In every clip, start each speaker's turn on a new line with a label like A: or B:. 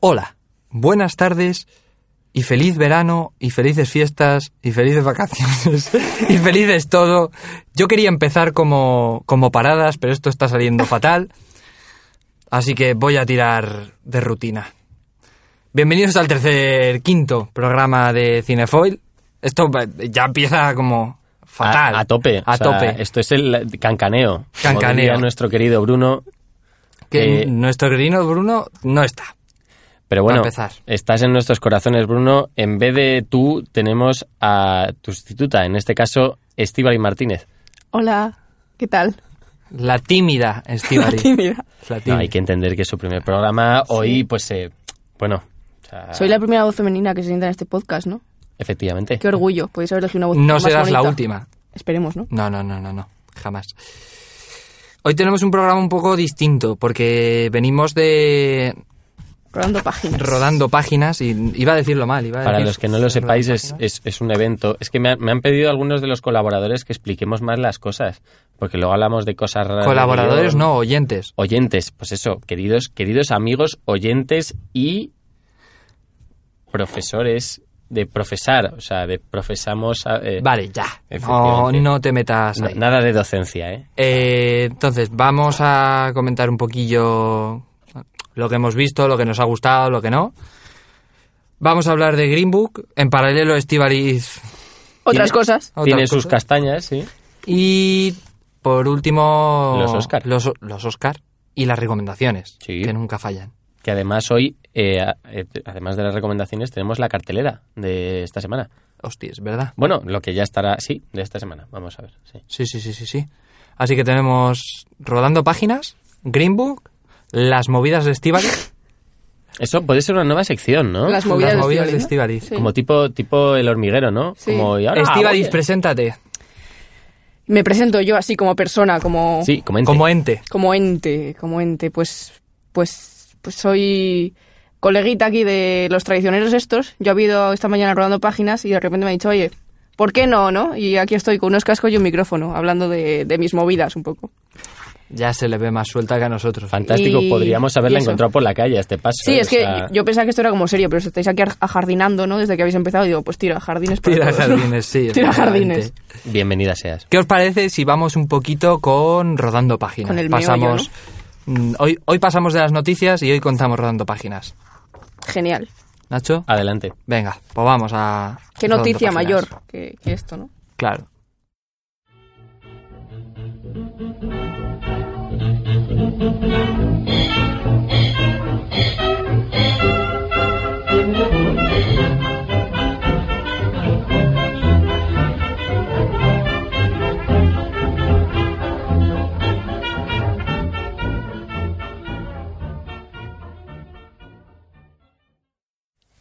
A: Hola, buenas tardes y feliz verano y felices fiestas y felices vacaciones y felices todo. Yo quería empezar como, como paradas, pero esto está saliendo fatal. Así que voy a tirar de rutina. Bienvenidos al tercer, quinto programa de Cinefoil. Esto eh, ya empieza como fatal.
B: A, a tope.
A: A
B: o sea,
A: tope.
B: Esto es el cancaneo.
A: Cancaneo.
B: Como diría nuestro querido Bruno.
A: que
B: eh,
A: nuestro grino Bruno no está.
B: Pero bueno,
A: Para empezar.
B: estás en nuestros corazones, Bruno. En vez de tú, tenemos a tu sustituta, en este caso, Estíbaliz Martínez.
C: Hola, ¿qué tal?
A: La tímida Estíbaliz.
C: La tímida.
A: La
B: No,
A: tímida.
B: hay que entender que es su primer programa. Hoy, pues, eh, bueno, o sea,
A: Ah.
C: Soy la primera voz femenina que se sienta en este podcast, ¿no?
B: efectivamente.
C: Qué orgullo, podéis haber elegido una voz
A: Eh. no
C: más
A: serás la
C: bonita.
A: última.
C: Esperemos, ¿no?
A: No, no, no, no, no, jamás. Hoy tenemos un programa un poco distinto porque venimos de
C: Rodando páginas.
A: rodando páginas y iba a decirlo mal. Iba a
B: Para
A: decir-
B: los que no lo
A: rodando
B: sepáis, es,
A: páginas.
B: es- es un evento. Es que me, han- me han pedido algunos de los colaboradores que expliquemos más las cosas, porque luego hablamos de cosas raras.
A: colaboradores, no oyentes.
B: Oyentes, pues eso, queridos, queridos amigos, oyentes y profesores de profesar, o sea, de profesamos... a- eh,
A: Vale, ya. No,
B: Efectivamente.
A: no te metas
B: na-
A: ahí.
B: nada de docencia, ¿eh?
A: Eh, entonces, vamos a comentar un poquillo lo que hemos visto, lo que nos ha gustado, lo que no. Vamos a hablar de Green Book. En paralelo, Estivaliz.
C: Otras
B: Tiene-
C: cosas.
B: Tiene sus castañas, sí.
A: Y por último,
B: Los Óscar.
A: Los, los Óscar y las recomendaciones,
B: Sí.
A: que nunca fallan.
B: Que además hoy, eh, a- eh, además de las recomendaciones, tenemos la cartelera de esta semana.
A: Hostia, es verdad.
B: Bueno, lo que ya estará, sí, de esta semana. Vamos a ver, sí.
A: Sí, sí, sí, sí, sí. Así que tenemos Rodando Páginas, Green Book, Las Movidas de Estivaliz.
B: Eso puede ser una nueva sección, ¿no?
C: Las movidas,
A: Las movidas de
C: de
A: Estíbaliz.
C: Sí.
B: Como tipo, tipo el hormiguero, ¿no?
C: Sí.
B: Como, y ahora-
A: Estivaliz,
B: Ah,
A: preséntate
C: Me presento yo así como persona, como,
B: oye. Sí, comente.
A: como ente.
C: como ente, como ente. Pues, pues, pues soy coleguita aquí de los traicioneros estos. Yo he habido esta mañana rodando páginas y de repente me ha dicho, oye, ¿por qué no, no? Y aquí estoy con unos cascos y un micrófono, hablando de, de mis movidas un poco.
A: Ya se le ve más suelta que a nosotros.
B: Fantástico,
C: Y-
B: podríamos haberla
C: y eso.
B: encontrado por la calle a este paso.
C: Sí,
B: ¿eh?
C: es
B: O
C: que
B: sea,
C: yo pensaba que esto era como serio, pero os estáis aquí aj- ajardinando, ¿no? Desde que habéis empezado, digo, pues tira jardines para
A: Tira
C: todos, ¿no?
A: jardines, sí.
C: Tira
A: efectivamente.
C: jardines.
B: Bienvenida seas.
A: ¿Qué os parece si vamos un poquito con Rodando Páginas?
C: Con el meollo,
A: pasamos, Mm, hoy, hoy pasamos de las noticias y hoy contamos Rodando Páginas.
C: Genial.
A: Nacho,
B: Adelante.
A: venga, pues vamos a...
C: Qué
A: Rodando
C: noticia
A: Páginas.
C: mayor que, que esto, ¿no?
A: Claro.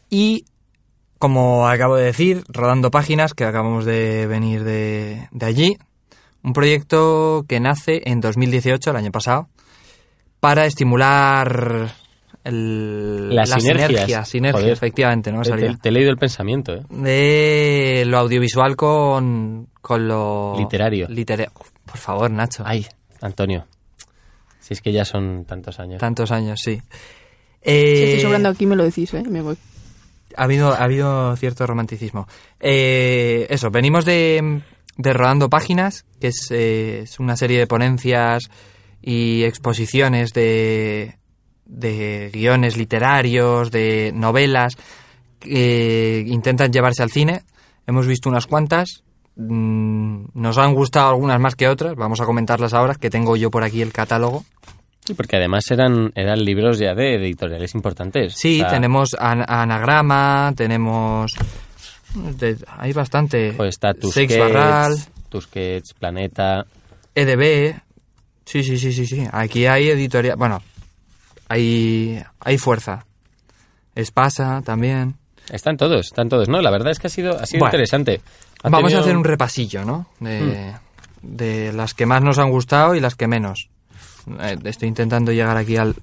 A: Y como acabo de decir, rodando páginas, que acabamos de venir de, de allí, un proyecto que nace en 2018, el año pasado, para estimular el-
B: Las sinergias.
A: sinergias, sinergias,
B: Joder.
A: efectivamente, no me
B: Te-
A: salía.
B: te, te he leído el pensamiento, ¿eh?
A: De lo audiovisual con, con lo...
B: Literario.
A: litera- Por favor, Nacho.
B: Ay, Antonio. Si es que ya son tantos años.
A: Tantos años, sí.
C: Si
A: Eh,
C: estoy sobrando aquí, me lo decís, ¿eh? Y Me voy.
A: Ha habido, ha habido cierto romanticismo. Eh, eso, venimos de, de Rodando Páginas, que es, eh, es una serie de ponencias y exposiciones de, de guiones literarios, de novelas que intentan llevarse al cine. Hemos visto unas cuantas. Mm, Nos han gustado algunas más que otras. Vamos a comentarlas ahora, que tengo yo por aquí el catálogo.
B: Sí, porque además eran, eran libros ya de editoriales importantes.
A: Sí,
B: O sea,
A: tenemos an- Anagrama, tenemos... de- hay bastante.
B: joder, pues está
A: Seix Barral,
B: Tusquets, Tusquets, Planeta.
A: EDB. Sí, sí, sí, sí, sí. Aquí hay editorial... Bueno, hay, hay fuerza. Espasa también.
B: Están todos, están todos. No, la verdad es que ha sido, ha sido
A: Bueno.
B: interesante. Ha
A: Vamos
B: tenido-
A: a
B: Mm.
A: hacer un repasillo, ¿no? De, de las que más nos han gustado y las que menos. Eh, Estoy intentando llegar aquí al,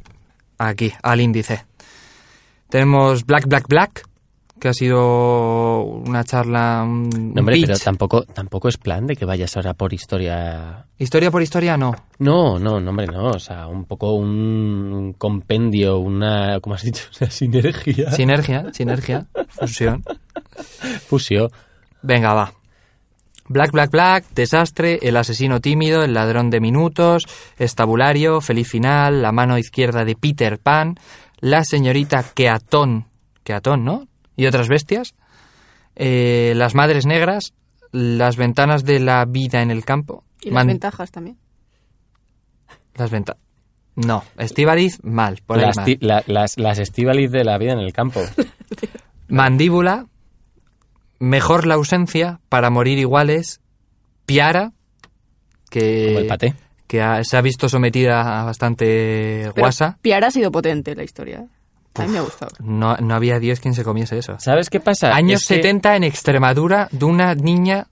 A: aquí, al índice. Tenemos Black Black Black, que ha sido una charla... un
B: No, hombre,
A: pitch.
B: pero tampoco, tampoco es plan de que vayas ahora por historia.
A: Historia por historia, no.
B: No, no, no, hombre, no. O sea, un poco un compendio, una, como has dicho, una sinergia,
A: Sinergia, sinergia, fusión.
B: fusión.
A: Venga, va. Black, Black, Black, Desastre, El asesino tímido, El ladrón de minutos, Estabulario, Feliz final, La mano izquierda de Peter Pan, La señorita Keatón, Keatón, ¿no? Y otras bestias, eh, Las madres negras, Las ventanas de la vida en el campo.
C: Y las
A: Man-
C: ventajas también.
A: Las venta- No, Estíbaliz, mal, por ahí
B: Las,
A: mal.
B: ti- la- las, las Estíbaliz de la vida en el campo.
A: Mandíbula, Mejor la ausencia, Para morir iguales, Piara, que...
B: Como el paté.
A: que ha- se ha visto sometida a bastante
C: Pero
A: guasa.
C: Piara ha sido potente la historia. ¿eh? A mí me ha gustado.
A: No, no había Dios quien se comiese eso.
B: ¿Sabes qué pasa?
A: Años
B: Es que-
A: 70 en Extremadura de una niña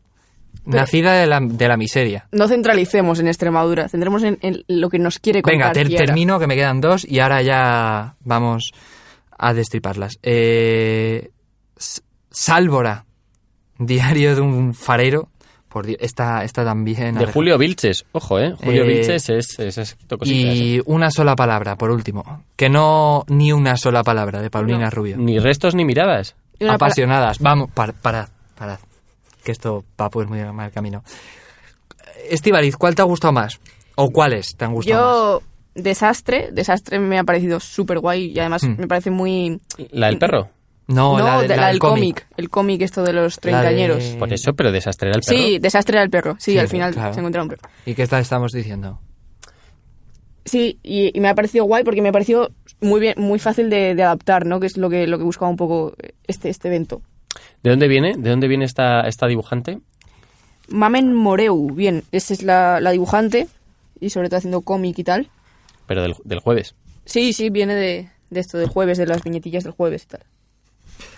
A: nacida de la, de la miseria.
C: No centralicemos en Extremadura, centremos en, en lo que nos quiere contar.
A: Venga, ter-
C: Piara.
A: termino que me quedan dos y ahora ya vamos a destriparlas. Eh, S- Sálvora, diario de un farero. Por Dios, esta, esta también.
B: De
A: Alejandro.
B: Julio Vilches, ojo, ¿eh? Julio
A: Eh,
B: Vilches es, es, ha escrito cositas, ¿eh?
A: Y una sola palabra, por último. Que no, ni una sola palabra de Paulina Rubio.
B: Ni restos ni miradas.
C: Y una pala-
A: apasionadas. Vamos, par- parad, parad. Que esto va por muy mal camino. Estivaliz, ¿cuál te ha gustado más? ¿O cuáles te han gustado
C: Yo, desastre, desastre me ha parecido súper guay y además me parece muy...
B: La del perro.
A: más? Hmm. No, la, de-
C: de-
A: la del cómic.
C: El cómic esto de los
A: La de-
C: treintañeros.
A: Eh.
B: Por eso, pero desastre era el perro.
C: Sí, desastre era el perro. Sí,
A: Sí,
C: al final
A: claro.
C: se encontraba un perro.
A: ¿Y qué está- estamos diciendo?
C: Sí, y, y me ha parecido guay porque me ha parecido muy bien, muy fácil de, de adaptar, ¿no? Que es lo que, lo que buscaba un poco este, este evento.
B: ¿De dónde viene? ¿De dónde viene esta, esta dibujante?
C: Mamen Moreu, bien, esa es la, la dibujante y sobre todo haciendo cómic y tal.
B: Pero del, del jueves.
C: Sí, sí, viene de, de esto del jueves, de las viñetillas del jueves y tal.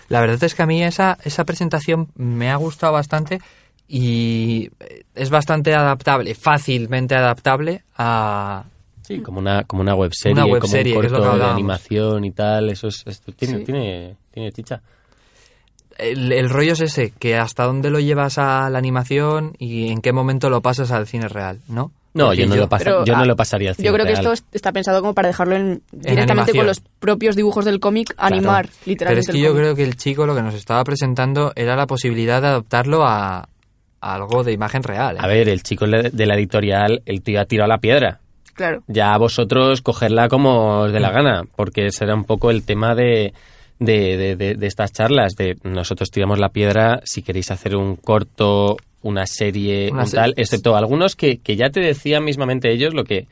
A: La verdad es que a mí esa, esa presentación me ha gustado bastante y eh, es bastante adaptable, fácilmente adaptable a...
C: Mm.
B: Sí, como una, como una webserie,
A: Una
B: como
A: webserie, que
B: un
A: es lo
B: corto
A: que
B: de
A: hablábamos.
B: animación y tal. Eso es, esto tiene,
C: Sí. Pues
B: tiene, tiene chicha.
A: El, el rollo es ese, que hasta dónde lo llevas a la animación y en qué momento lo pasas al cine real, ¿no?
B: No,
A: Porque
B: yo no, lo, pas-
C: Pero,
B: yo no
C: ah,
B: lo pasaría al cine
C: Yo creo que
B: real.
C: esto es- está pensado como para dejarlo en- directamente
A: animación.
C: con los propios dibujos del cómic, animar
A: Pero es
C: literalmente.
A: que
C: el
A: yo
C: cómic.
A: creo que el chico lo que nos estaba presentando era la posibilidad de adaptarlo a, a algo de imagen real. ¿eh?
B: A ver, el chico le- de la editorial, el tío ha tirado la piedra.
C: Claro.
B: ya a vosotros cogerla como os dé
C: Mm.
B: la gana, porque ese era un poco el tema de, de, de- de- de estas charlas, de nosotros tiramos la piedra si queréis hacer un corto, una serie,
A: Una
B: un
A: se-
B: tal, excepto algunos que, que ya te decían mismamente ellos lo que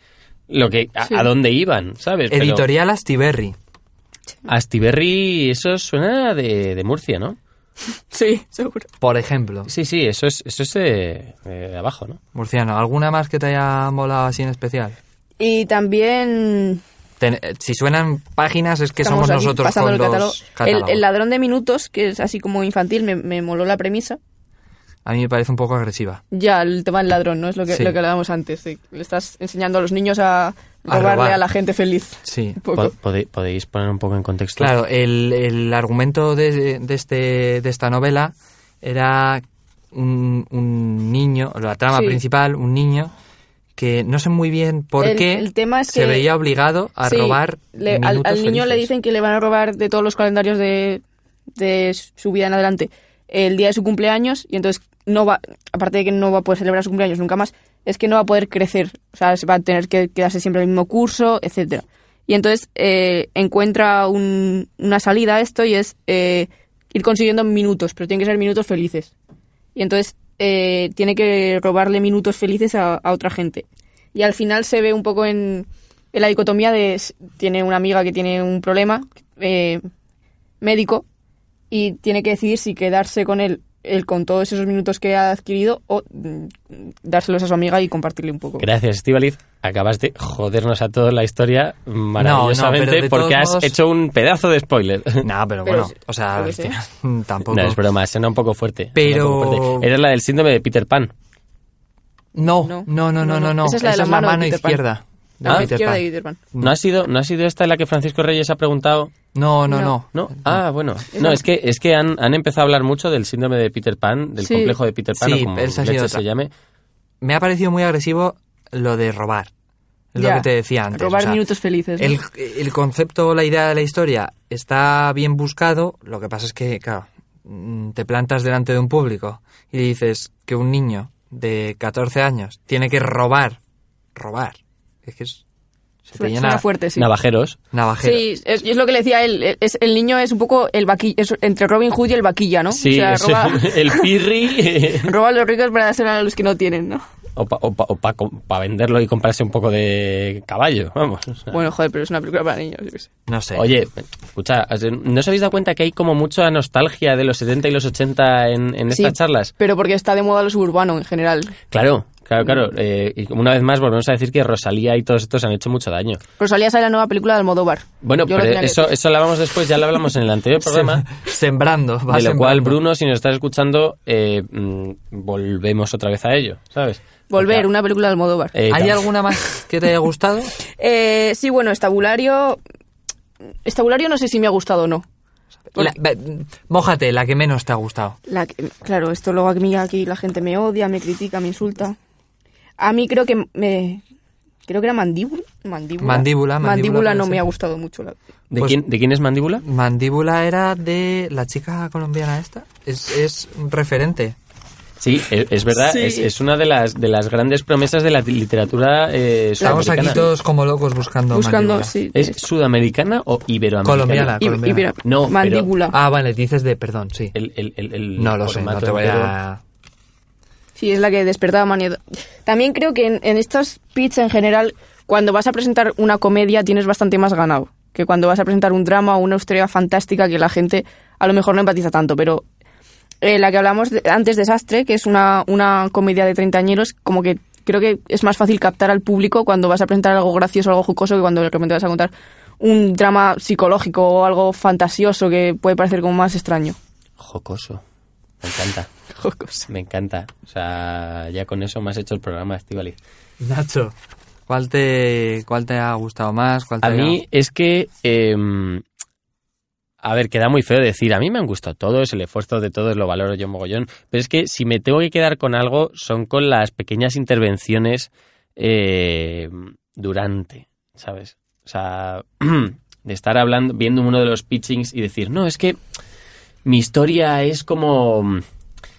B: lo que a,
C: Sí.
B: a dónde iban, ¿sabes? Pero
A: Editorial Astiberri.
B: Astiberri, eso suena de, de Murcia, ¿no?
C: Sí, seguro.
A: Por ejemplo,
B: Sí, sí, eso es, eso es eh, de abajo, ¿no?
A: Murciano, ¿alguna más que te haya molado así en especial?
C: Y también
A: Ten- eh, si suenan páginas es que
C: estamos
A: somos
C: aquí
A: nosotros
C: pasando
A: con
C: el catálogo.
A: los
C: El-
A: catálogos.
C: El, ladrón de minutos, que es así como infantil, me, me moló la premisa.
A: A mí me parece un poco agresiva.
C: Ya, el tema del ladrón, ¿no? Es lo que,
A: Sí.
C: lo que hablábamos antes. sí. Le estás enseñando a los niños a robarle a,
A: robar.
C: la gente feliz.
A: Sí.
C: Un poco.
B: Po- pode- podéis poner un poco en contexto.
A: Pues, Claro, el, el argumento de, de este, de esta novela era un, un niño, la trama
C: Sí.
A: principal, un niño que no sé muy bien por
C: El-
A: qué
C: el tema es
A: se
C: que-
A: veía obligado a
C: Sí,
A: robar
C: le- al,
A: minutos
C: al niño le
A: felices.
C: dicen que le van a robar de todos los calendarios de, de su vida en adelante el día de su cumpleaños y entonces no va, aparte de que no va a poder celebrar su cumpleaños nunca más, es que no va a poder crecer, o sea, se va a tener que quedarse siempre en el mismo curso, etcétera. Y entonces eh, encuentra un- una salida a esto y es eh, ir consiguiendo minutos, pero tienen que ser minutos felices. Y entonces eh, tiene que robarle minutos felices a, a otra gente. Y al final se ve un poco en, en la dicotomía de... s- Tiene una amiga que tiene un problema eh, médico y tiene que decidir si quedarse con él, él con todos esos minutos que ha adquirido o mm, dárselos a su amiga y compartirle un poco.
B: Gracias, Estivaliz. Acabas de jodernos a todos la historia maravillosamente
A: pero de
B: porque
A: todos
B: has
A: modos-
B: hecho un pedazo de spoiler.
A: Nah, pero,
C: Pero
A: bueno,
C: sí,
A: o sea, mm,
C: yo qué sé.
A: tampoco.
B: No, es broma, suena un poco fuerte.
A: Pero-
B: suena un poco fuerte. Era la del síndrome de Peter Pan.
A: No,
C: No.
A: no, no, no, no,
C: No, no.
A: no.
C: Esa es la de la mano de Peter Pan.
A: izquierda. de
B: Ah.
A: Peter
C: Izquierda
A: Pan.
C: de Peter Pan.
A: Mm.
B: ¿No ha sido, no ha sido esta la que Francisco Reyes ha preguntado?
A: No, no, no.
B: No, ah, bueno. No, es que, es que han, han empezado a hablar mucho del síndrome de Peter Pan, del
C: Sí.
B: complejo de Peter Pan,
A: Sí,
B: o como
A: esa ha sido
B: leche
A: otra.
B: se llame.
A: Me ha parecido muy agresivo lo de robar. Es
C: Ya.
A: lo que te decía antes.
C: Robar
A: o sea,
C: minutos felices. ¿no?
A: El, el concepto, la idea de la historia está bien buscado, lo que pasa es que, claro, mm, te plantas delante de un público y le dices que un niño de 14 años tiene que robar, robar, es que es, se te
C: Suena-
A: llena
C: suena fuerte, sí.
B: Navajeros.
A: navajero.
C: Sí, es, es lo que le decía él. Es, el niño es un poco el vaquilla, es entre Robin Hood y el vaquilla, ¿no?
B: Sí,
C: o sea,
B: es
C: roba,
B: el pirri. eh,
C: roba a los ricos para dárselo a los que no tienen, ¿no?
B: o para venderlo y comprarse un poco de caballo, vamos. O sea,
C: Bueno, joder, pero es una película para niños, yo qué sé.
A: No sé.
B: Oye, escucha, ¿no os habéis dado cuenta que hay como mucha nostalgia de los 70 y los 80 en, en
C: Sí,
B: estas charlas?
C: Pero porque está de moda lo suburbano en general.
B: Claro, claro, claro. Eh, y una vez más volvemos a decir que Rosalía y todos estos han hecho mucho daño.
C: Rosalía sale la nueva película de Almodóvar.
B: Bueno,
C: Yo lo
B: pero
C: tenía que
B: eso,
C: decir.
B: eso lo hablamos después, ya lo hablamos en el anterior programa.
A: sembrando, va
B: De lo cual,
A: sembrando.
B: Bruno, si nos estás escuchando, eh, mm, volvemos otra vez a ello, ¿sabes?
C: Volver,
B: Porque,
C: una película de Almodóvar.
B: eh,
A: ¿Hay
B: claro.
A: alguna más que te haya gustado?
C: Eh, sí, bueno, Estabulario... Estabulario no sé si me ha gustado o no.
A: La- ve- mójate, la que menos te ha gustado.
C: La que- claro, esto luego a mí aquí la gente me odia, me critica, me insulta. A mí creo que me... Creo que era mandíbula. Mandíbula,
A: Mandíbula, mandíbula
C: Mandíbula no
A: puede
C: me
A: ser.
C: ha gustado mucho. La...
B: ¿De,
A: Pues-
B: quién, ¿De quién es Mandíbula?
A: Mandíbula era de la chica colombiana esta. Es, es un referente.
B: Sí, es, es verdad,
C: Sí.
B: Es, es una de las, de las grandes promesas de la literatura eh,
A: Estamos aquí
B: sudamericana.
A: todos como locos buscando.
C: Buscando,
A: mandíbula.
C: sí.
B: ¿Es sudamericana o
A: Colombiana.
B: iberoamericana?
C: Y- y mira,
B: No, pero-
C: mandíbula.
A: Ah, vale, dices de perdón, sí.
B: El, el, el, el
A: no lo sé, no
B: formato
A: te voy
B: entero.
A: a.
C: Sí, es la que despertaba manía. También creo que en, en estas pits en general, cuando vas a presentar una comedia tienes bastante más ganado que cuando vas a presentar un drama o una historia fantástica que la gente a lo mejor no empatiza tanto, pero eh, la que hablamos de- antes, Desastre, que es una, una comedia de treintañeros, como que creo que es más fácil captar al público cuando vas a presentar algo gracioso, algo jocoso, que cuando de repente vas a contar un drama psicológico o algo fantasioso que puede parecer como más extraño.
B: Jocoso. Me encanta,
C: Jocoso.
B: me encanta. O sea, ya con eso me has hecho el programa, Estivali.
A: Nacho, ¿cuál te, cuál te ha gustado más? ¿Cuál te
B: A
A: ha-
B: mí es que. eh, a ver, queda muy feo decir. A mí me han gustado todos, el esfuerzo de todos lo valoro yo mogollón. Pero es que si me tengo que quedar con algo, son con las pequeñas intervenciones eh, durante, ¿sabes? O sea, de estar hablando, viendo uno de los pitchings y decir, no, es que mi historia es como.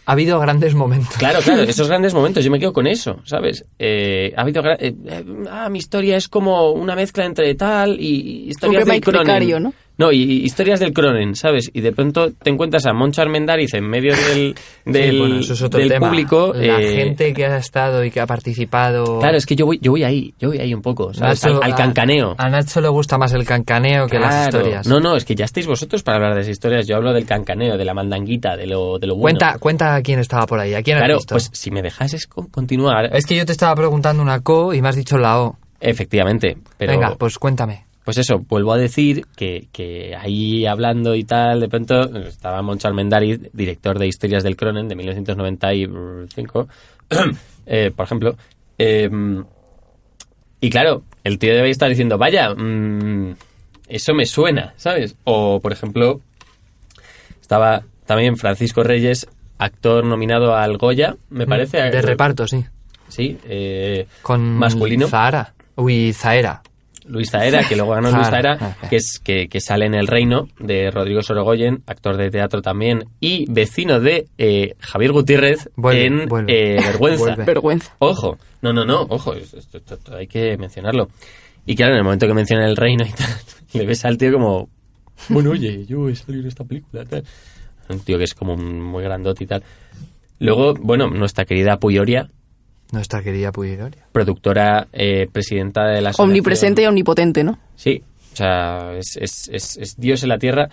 A: Ha habido grandes momentos.
B: Claro, claro, esos grandes momentos, yo me quedo con eso, ¿sabes? Eh, ha habido gra- eh, eh, ah, mi historia es como una mezcla entre tal y, y historias
C: Problema
B: del
C: y precario,
B: Cronen.
C: ¿no?
B: y, y historias del Cronen, ¿sabes? Y de pronto te encuentras a Moncho Armendáriz en medio del, del,
A: Sí, bueno, eso es otro
B: del
A: tema.
B: público.
A: La
B: eh,
A: gente que ha estado y que ha participado.
B: Claro, es que yo voy, yo voy ahí, yo voy ahí un poco, ¿sabes? Al,
A: Nacho-
B: al cancaneo.
A: A, a Nacho le gusta más el cancaneo que las
B: Claro.
A: historias.
B: No, no, es que ya estáis vosotros para hablar de esas historias. Yo hablo del cancaneo, de la mandanguita, de lo, de lo bueno.
A: Cuenta, cuenta quién estaba por ahí, a quién has
B: Claro,
A: visto.
B: pues si me dejases con- continuar,
A: Es que yo te estaba preguntando una co y me has dicho la o.
B: efectivamente. Pero
A: Venga, pues cuéntame.
B: Pues eso, vuelvo a decir que, que ahí hablando y tal, de pronto estaba Moncho Armendariz, director de Historias del Cronen de 1995, eh, por ejemplo. eh, y claro, el tío debe estar diciendo, vaya, mm, eso me suena, ¿sabes? O, por ejemplo, estaba también Francisco Reyes, actor nominado al Goya, me parece.
A: De
B: eh,
A: reparto, sí.
B: Sí, eh,
A: Con
B: masculino.
A: Zahara. Uy, Zaera.
B: Luis Taera, que luego ganó
A: Claro,
B: Luis Taera,
A: claro.
B: que, es, que, que sale en El Reino, de Rodrigo Sorogoyen, actor de teatro también, y vecino de eh, Javier Gutiérrez
A: Vuelve,
B: en
A: vuelve.
B: eh, Vergüenza.
A: Vuelve.
C: Vergüenza.
B: Ojo, no, no, no, ojo, esto- esto- esto hay que mencionarlo. Y claro, en el momento que menciona El Reino y tal, le ves al tío como, bueno, oye, yo he salido en esta película, tal. Un tío que es como un- muy grandote y tal. Luego, bueno, nuestra querida Puyoria,
A: Nuestra querida Puyidoria.
B: productora, eh, presidenta de la asociación-
C: Omnipresente y omnipotente, ¿no?
B: Sí, o sea, es, es- es- es Dios en la Tierra.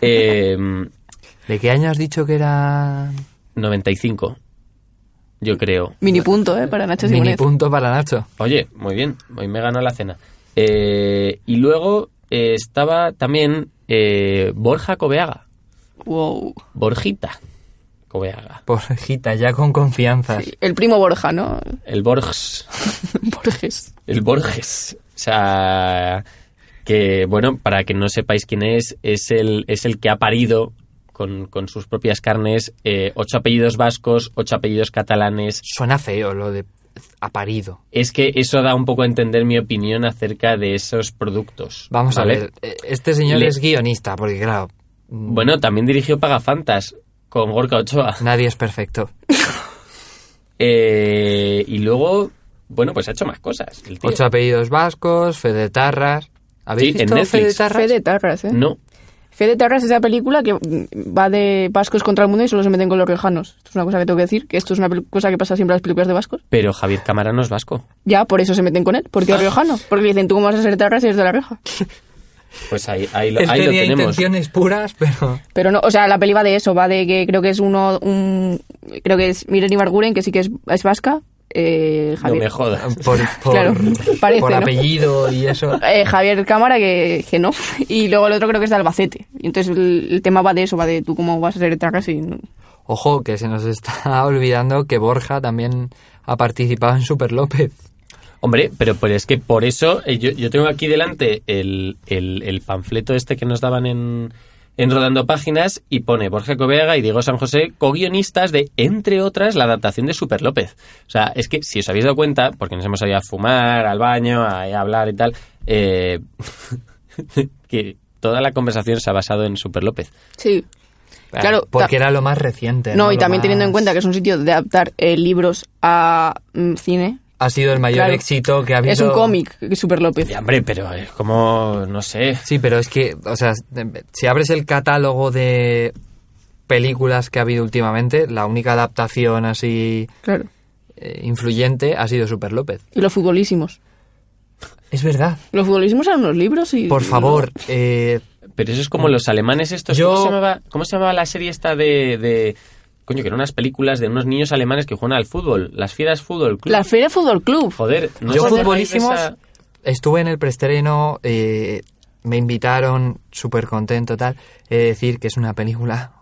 B: Eh,
A: ¿De qué año has dicho que era
B: 95, yo creo.
C: Mini punto, ¿eh? Para Nacho
A: mini
C: Simonez.
A: punto para Nacho?
B: Oye, muy bien, hoy me ganó la cena. Eh, y luego eh, estaba también eh, Borja Cobeaga,
C: Wow.
B: Borjita Cobeaga,
A: Porjita, ya con confianza.
C: El primo Borja, ¿no?
B: el Borges,
C: Borges.
B: el Borges. O sea, que bueno, para que no sepáis quién es, es el, es el que ha parido con, con sus propias carnes eh, ocho apellidos vascos, ocho apellidos catalanes,
A: Suena feo lo de aparido.
B: Es que eso da un poco a entender mi opinión acerca de esos productos.
A: Vamos
B: ¿vale?
A: a ver, eh, este señor
B: Le-
A: es guionista, porque claro, mm,
B: Bueno, también dirigió Pagafantas con Gorka Ochoa.
A: nadie es perfecto.
B: Eh, y luego, bueno, pues ha hecho más cosas. el tío.
A: Ocho apellidos vascos, Fedetarras. ¿Habéis
B: Sí, en
A: visto
B: Netflix.
A: Fedetarras?
C: Fede Tarras, ¿eh?
B: No,
C: Fede Tarras es esa película que mm, va de vascos contra el mundo y solo se meten con los riojanos. Esto es una cosa que tengo que decir, que esto es una pel- cosa que pasa siempre en las películas de vascos.
B: pero Javier Cámara no es vasco.
C: Ya, por eso se meten con él, porque es riojano. Porque le dicen, tú cómo vas a ser Tarras si eres de la Rioja.
B: Pues ahí, ahí lo,
A: Él
B: ahí lo
A: tenía
B: tenemos.
A: intenciones puras, pero
C: Pero no, o sea, la peli va de eso, va de que creo que es uno, un, creo que es Miren Ibarguren, que sí que es, es vasca, eh,
B: No
C: Javier.
B: me jodas.
A: por, por,
C: Claro, parece,
A: por
C: ¿no?
A: apellido y eso.
C: Eh, Javier Cámara, que, que no. Y luego el otro creo que es de Albacete. Y entonces el, el tema va de eso, va de tú cómo vas a ser Tarras y... no-
A: Ojo, que se nos está olvidando que Borja también ha participado en Super López.
B: Hombre, pero, pero es que por eso eh, yo, yo tengo aquí delante el, el- el panfleto este que nos daban en, en Rodando Páginas y pone Borja Covega y Diego San José co-guionistas de, entre otras, la adaptación de Super López. O sea, es que si os habéis dado cuenta, porque nos hemos ido a fumar, al baño, a, a hablar y tal, eh, que toda la conversación se ha basado en Super López.
C: Sí. Claro,
A: porque
C: ta-
A: era lo más reciente.
C: No, y
A: Lo
C: también teniendo en
A: más-
C: cuenta que es un sitio de adaptar eh, libros a mm, cine.
A: ha sido el mayor
C: Claro.
A: éxito que ha habido.
C: Es un cómic, eh, Super López.
B: Y, hombre, pero es como, no sé,
A: Sí, pero es que, o sea, si abres el catálogo de películas que ha habido últimamente, la única adaptación así
C: Claro.
A: eh, influyente ha sido Super López.
C: Y los futbolísimos.
A: Es verdad.
C: Los futbolísimos eran unos libros y...
A: Por favor, eh,
B: Pero eso es como los alemanes estos.
A: Yo-
B: ¿Cómo, se llamaba, cómo se llamaba la serie esta de, de- Coño, que eran unas películas de unos niños alemanes que juegan al fútbol. Las fieras fútbol club.
C: La Feria Fútbol Club.
B: Joder, no
A: yo
B: sé cómo
A: futbolísimos
B: es esa-
A: estuve en el preestreno, eh, me invitaron, súper contento tal. He de decir que es una película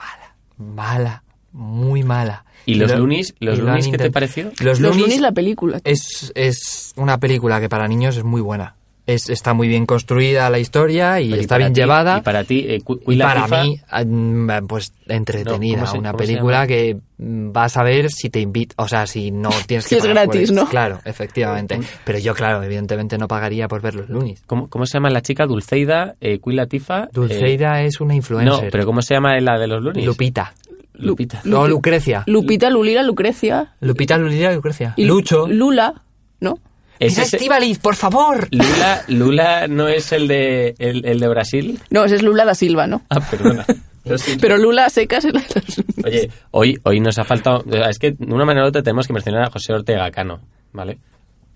A: mala, mala, muy mala.
B: ¿Y los
A: lo-
B: Lunis? ¿Los
A: y lo
B: Lunis
A: han
B: qué te
A: intent-
B: pareció?
A: Los, Eh,
C: Los
A: Lunis
C: lunes la película.
A: es, es una película que para niños es muy buena. Es, está muy bien construida la historia y
B: Oye,
A: está
B: para
A: bien
B: ti-
A: llevada.
B: Y para ti, eh, cu-
A: Y
B: Cuila
A: para
B: FIFA,
A: mí, ah, mm, pues entretenida.
B: No, ¿cómo se-
A: una
B: cómo se
A: película
B: llama?
A: que mm, vas a ver si te invita, o sea, si no tienes
C: Si
A: que
C: es
A: pagar por
C: gratis,
A: ello.
C: ¿no?
A: Claro, efectivamente. Pero yo, claro, evidentemente no pagaría por ver los lunes.
B: ¿Cómo, cómo se llama la chica? Dulceida, eh, Cuila Tifa. eh,
A: Dulceida es una
B: no,
A: influencer.
B: pero ¿cómo se llama la de los Lunis?
A: Lupita.
B: Lupita.
A: No, Lucrecia.
C: Lupita, Lulila, Lucrecia.
A: Lupita, Lulila, Lucrecia.
C: Y Lu-
A: Lucho.
C: Lula, ¿no?
B: ¿Es
A: Mira,
B: ese-
A: Estíbaliz, por favor!
B: Lula, Lula no es el de, el, el de Brasil.
C: No, esa es Lula da Silva, ¿no?
B: Ah, perdona. Lo siento.
C: Pero Lula secas es la de los lunes.
B: Oye, hoy, hoy nos ha faltado. eh, Es que de una manera u otra tenemos que mencionar a José Ortega Cano, ¿vale?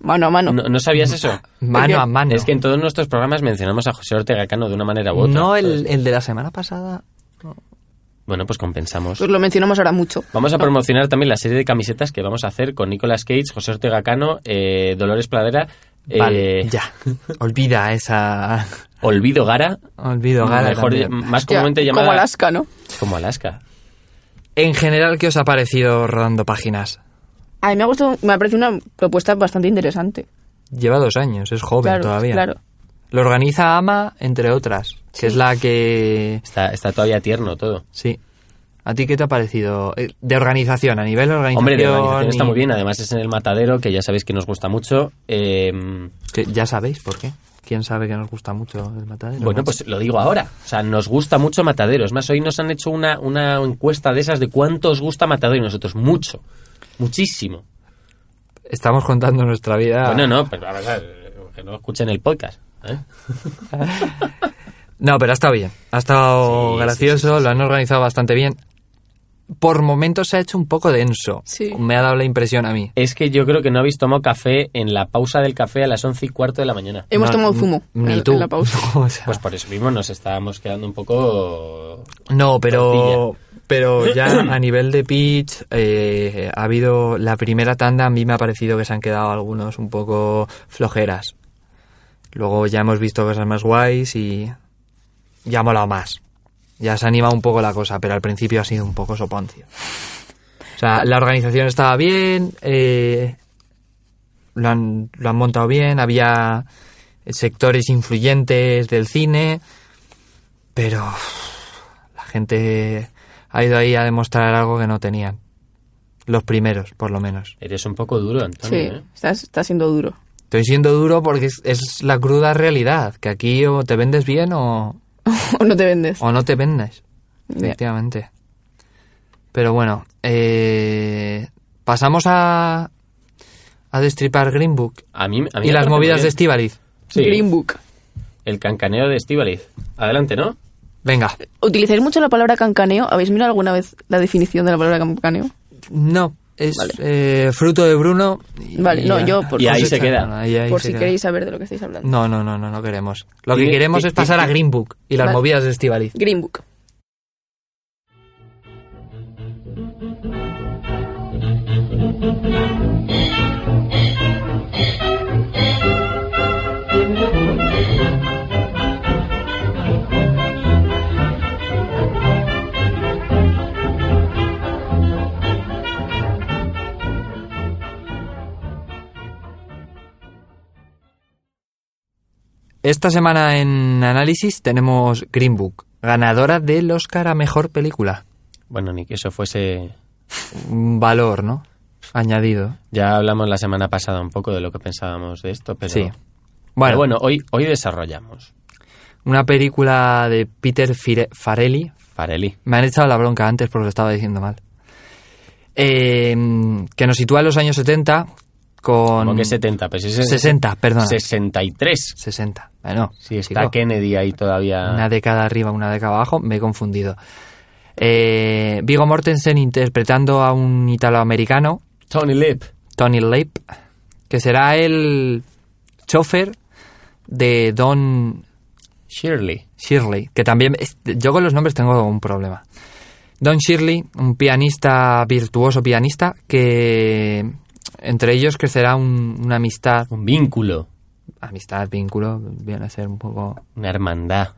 C: Mano a mano.
B: ¿No, no sabías eso?
A: Mano a mano.
B: Es que en todos nuestros programas mencionamos a José Ortega Cano de una manera u otra.
A: No, el,
B: Entonces,
A: el de la semana pasada.
B: Bueno, pues compensamos.
C: Pues lo mencionamos ahora mucho.
B: Vamos a promocionar también la serie de camisetas que vamos a hacer con Nicolas Cage, José Ortega Cano, eh, Dolores Pladera, eh,
A: Vale, ya. Olvida esa.
B: Olvido Gara,
A: Olvido, Gara.
B: mejor,
A: también.
B: más
C: Ya,
B: comúnmente llamada
C: Como Alaska, ¿no?
B: Como Alaska.
A: En general, ¿qué os ha parecido rodando páginas?
C: A mí me ha gustado, me ha parecido una propuesta bastante interesante.
A: Lleva dos años, es joven
C: Claro,
A: todavía.
C: claro.
A: Lo organiza Ama, entre otras, que es la que...
B: Está, está todavía tierno todo.
A: Sí. ¿A ti qué te ha parecido? Eh, De organización, a nivel de organización.
B: Hombre, de organización está
A: y-
B: muy bien, además es en el matadero, que ya sabéis que nos gusta mucho. Eh,
A: Que ya sabéis por qué. ¿Quién sabe que nos gusta mucho el matadero?
B: bueno,
A: macho?
B: pues lo digo ahora. O sea, nos gusta mucho matadero. Es más, hoy nos han hecho una, una encuesta de esas de cuánto os gusta matadero y nosotros mucho. Muchísimo.
A: Estamos contando nuestra vida.
B: Bueno, no, pero vamos a ver, que no escuchen el podcast. ¿eh?
A: No, pero ha estado bien. Ha estado
B: Sí, sí,
A: gracioso,
B: sí, sí,
A: lo han organizado bastante bien. Por momentos se ha hecho un poco denso.
C: Sí.
A: Me ha dado la impresión a mí.
B: Es que yo creo que no habéis tomado café en la pausa del café a las once y cuarto de la mañana.
C: Hemos
A: No,
C: tomado
A: n-
C: zumo
A: Ni
C: en,
A: tú.
C: en la pausa.
A: O sea,
B: Pues por eso mismo nos estábamos quedando un poco...
A: no, pero, pero ya a nivel de pitch eh, ha habido la primera tanda. A mí me ha parecido que se han quedado algunos un poco flojeras. Luego ya hemos visto cosas más guays y ya ha molado más. Ya se ha animado un poco la cosa, pero al principio ha sido un poco soponcio. O sea, la organización estaba bien, eh, lo, han, lo han montado bien, había sectores influyentes del cine, pero uff, la gente ha ido ahí a demostrar algo que no tenían. Los primeros, por lo menos.
B: Eres un poco duro, Antonio.
C: Sí,
B: ¿eh?
C: está, está siendo duro.
A: Estoy siendo duro porque es, es la cruda realidad, que aquí o te vendes bien o,
C: o no te vendes.
A: o no te vendes.
C: Ya.
A: Efectivamente. Pero bueno, eh, pasamos a, a destripar Green Book
B: A mí, a mí
A: y
B: me
A: las
B: parece
A: movidas
B: muy
A: de este
B: bien.
A: Estivaliz.
B: Sí,
C: Green Book.
B: El cancaneo de Estivaliz. Adelante, ¿no?
A: Venga,
C: ¿Utilizáis mucho la palabra cancaneo? ¿Habéis mirado alguna vez la definición de la palabra cancaneo?
A: no, es
C: Vale.
A: eh, fruto de Bruno. y-
C: Vale,
A: y
C: no,
A: ya.
C: yo por-
B: Y ahí
A: Cosecha.
B: se queda.
A: No, ahí- ahí
C: Por
A: se
C: si
A: queda.
C: queréis saber de lo que estáis hablando.
A: No, no, no, no, no queremos. Lo que
B: Tiene-
A: queremos
B: ti-
A: es pasar
B: ti-
A: a Green Book y las
C: Vale.
A: movidas de Estivaliz.
C: Green Book.
A: Esta semana en análisis tenemos Green Book, ganadora del Oscar a mejor película.
B: Bueno, ni que eso fuese...
A: Un valor, ¿no? Añadido.
B: Ya hablamos la semana pasada un poco de lo que pensábamos de esto, pero...
A: Sí.
B: Pero
A: Bueno,
B: bueno, hoy, hoy desarrollamos.
A: una película de Peter Fire- Farelli.
B: Farelli.
A: Me han echado la bronca antes porque lo estaba diciendo mal. Eh, que nos sitúa en los años 70 con...
B: Como que 70, pero si es...
A: 60, perdona.
B: 63.
A: 60. Bueno,
B: Si está
A: chico,
B: Kennedy ahí todavía...
A: una década arriba, una década abajo, me he confundido. Eh, Vigo Mortensen interpretando a un italoamericano,
B: Tony Lip.
A: Tony Leip, que será el chofer de Don
B: Shirley.
A: Shirley, que también es- yo con los nombres tengo un problema. Don Shirley, un pianista virtuoso pianista, que entre ellos crecerá un- una amistad,
B: Un vínculo.
A: amistad, vínculo, viene a ser un poco,
B: Una hermandad.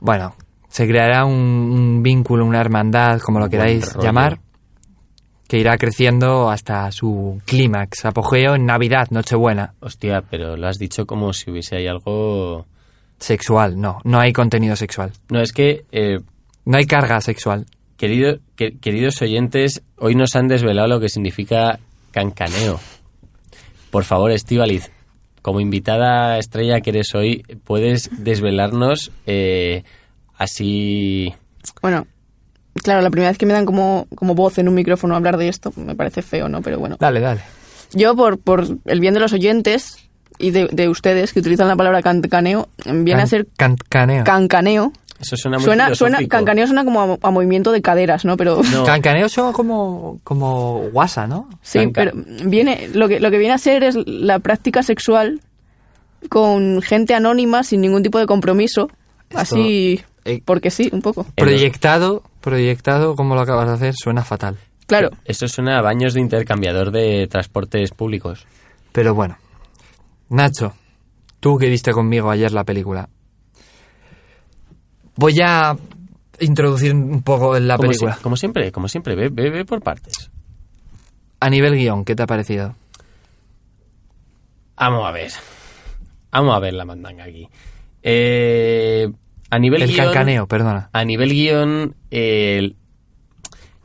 A: bueno, se creará un, un vínculo, una hermandad, como lo
B: Un buen
A: queráis
B: rollo.
A: llamar, que irá creciendo hasta su clímax, apogeo en Navidad, Nochebuena,
B: Hostia, pero lo has dicho como si hubiese ahí algo...
A: sexual, no, no hay contenido sexual,
B: No, es que... eh,
A: no hay carga sexual.
B: Querido- que- queridos oyentes, hoy nos han desvelado lo que significa cancaneo. Por favor, Estivaliz, como invitada estrella que eres hoy, puedes desvelarnos eh, así.
C: Bueno, claro, la primera vez que me dan como, como voz en un micrófono hablar de esto, me parece feo, ¿no? Pero bueno.
A: Dale, dale.
C: Yo, por, por el bien de los oyentes y de, de ustedes que utilizan la palabra cancaneo, viene a
A: Can-
C: ser
A: can- caneo.
C: cancaneo.
B: Eso suena muy
C: Suena, suena,
B: filosófico.
C: cancaneo suena como a, a movimiento de caderas, ¿no? Pero
B: No,
A: Cancaneo son como, como guasa, ¿no?
C: sí,
B: canca.
C: pero viene, lo que, lo que viene a ser es la práctica sexual con gente anónima, sin ningún tipo de compromiso.
A: Esto-
C: así,
A: eh,
C: porque sí, un poco.
B: En los-
A: Proyectado, proyectado, como lo acabas de hacer, suena fatal.
C: Claro.
B: eso suena a baños de intercambiador de transportes públicos.
A: Pero bueno. Nacho, tú que viste conmigo ayer la película. Voy a introducir un poco en la
B: como,
A: película.
B: si- como siempre, como siempre, ve, ve- ve por partes.
A: A nivel guión, ¿qué te ha parecido?
B: Vamos a ver. Vamos a ver la mandanga aquí. Eh, a nivel
A: El
B: guión-
A: cancaneo, perdona.
B: A nivel guión, el-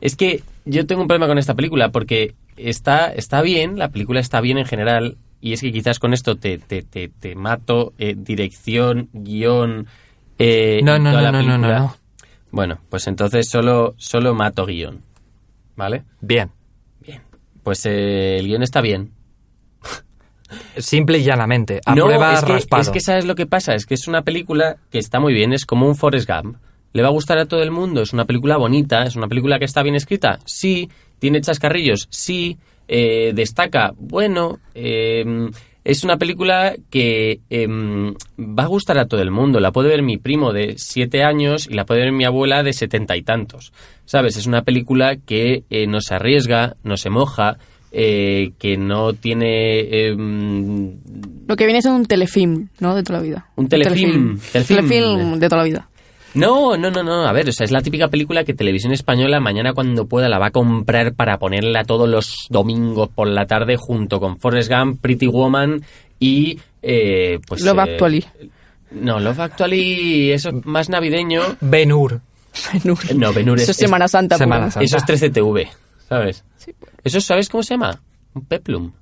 B: Es que yo tengo un problema con esta película porque está, está bien, la película está bien en general, y es que quizás con esto te, te, te, te mato eh, dirección, guión. eh,
A: No,
B: y
A: no,
B: toda la
A: no, no, no, no,
B: película.
A: no.
B: Bueno, pues entonces solo, solo mato guión. ¿Vale?
A: Bien.
B: Pues eh, el guión está bien.
A: Simple y llanamente. A
B: no,
A: prueba
B: es que,
A: raspado.
B: es que sabes lo que pasa, es que es una película que está muy bien, es como un Forrest Gump. Le va a gustar a todo el mundo, es una película bonita, es una película que está bien escrita, sí, tiene chascarrillos, sí, eh, destaca, bueno, eh, es una película que eh, va a gustar a todo el mundo, la puede ver mi primo de siete años y la puede ver mi abuela de setenta y tantos, ¿sabes? Es una película que eh, nos arriesga, nos moja, eh, que no tiene... eh,
C: Lo que viene es un telefilm, ¿no? De toda la vida.
B: Un telefilm, telefilm.
C: Telefilm, de toda la vida.
B: No, no, no, no. A ver, o sea, es la típica película que Televisión Española mañana cuando pueda la va a comprar para ponerla todos los domingos por la tarde junto con Forrest Gump, Pretty Woman y eh, pues
C: Love
B: eh,
C: Actually. Mm.
B: No, Love Actually, eso es más navideño.
A: Ben Hur.
C: Benur.
B: No, Ben Hur es-
C: Eso es Semana Santa. pura.
A: Semana Santa.
B: Eso es 13TV, ¿sabes?
C: Sí, pues. bueno.
B: Eso, ¿sabes cómo se llama? Un peplum.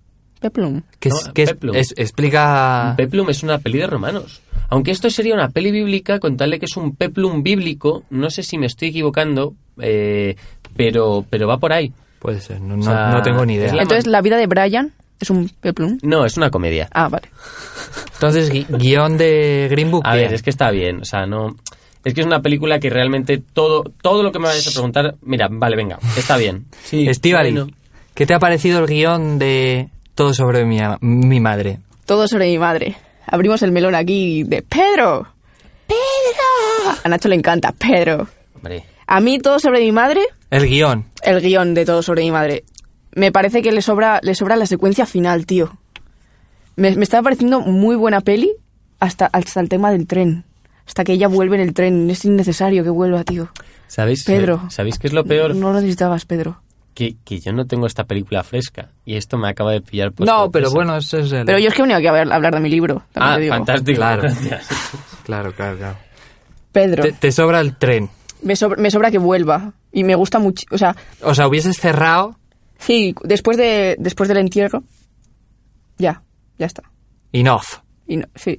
C: Peplum.
A: Que,
B: No,
A: es- que es-
B: Peplum.
A: es- explica...
C: Ah.
B: Un peplum es una peli de romanos. Aunque esto sería una peli bíblica, con tal de que es un peplum bíblico, no sé si me estoy equivocando, eh, pero, pero va por ahí.
A: Puede ser, no, no-
B: sea,
A: no tengo ni idea.
B: es la-
C: Entonces, la vida de Brian es un peplum.
B: No, es una comedia.
C: Ah, vale.
A: Entonces, gui- guión de Green Book.
B: A
A: bien.
B: ver, es que está bien, o sea, no... Es que es una película que realmente todo, todo lo que me vayas a preguntar, mira, vale, venga, está bien. Sí,
A: Estíbaliz,
B: bueno.
A: ¿qué te ha parecido el guión de Todo sobre mi, a- mi madre?
C: Todo sobre mi madre. Abrimos el melón aquí de Pedro. ¡Pedro! A Nacho le encanta, Pedro.
B: Hombre,
C: A mí, todo sobre mi madre,
A: El guión.
C: el guión de todo sobre mi madre. Me parece que le sobra, le sobra la secuencia final, tío. Me, me está pareciendo muy buena peli hasta, hasta el tema del tren. Hasta que ella vuelve en el tren. Es innecesario que vuelva, tío.
B: ¿sabéis,
C: Pedro.
B: ¿sabéis qué es lo peor?
C: No lo necesitabas, Pedro.
B: Que, que yo no tengo esta película fresca y esto me acaba de pillar por
A: no,
B: sorpresa.
A: pero bueno, ese es el...
C: Pero yo es que he venido aquí a, ver- a hablar de mi libro. también
B: Ah,
C: te digo.
B: fantástico,
A: Claro.
B: gracias.
A: Claro, claro, claro.
C: Pedro,
A: Te, te sobra el tren.
C: me, sobra, me sobra que vuelva. Y me gusta mucho. O sea,
A: O sea, hubieses cerrado
C: sí, después, de, después del entierro. Ya, ya está.
A: y no. off.
C: Y no- sí.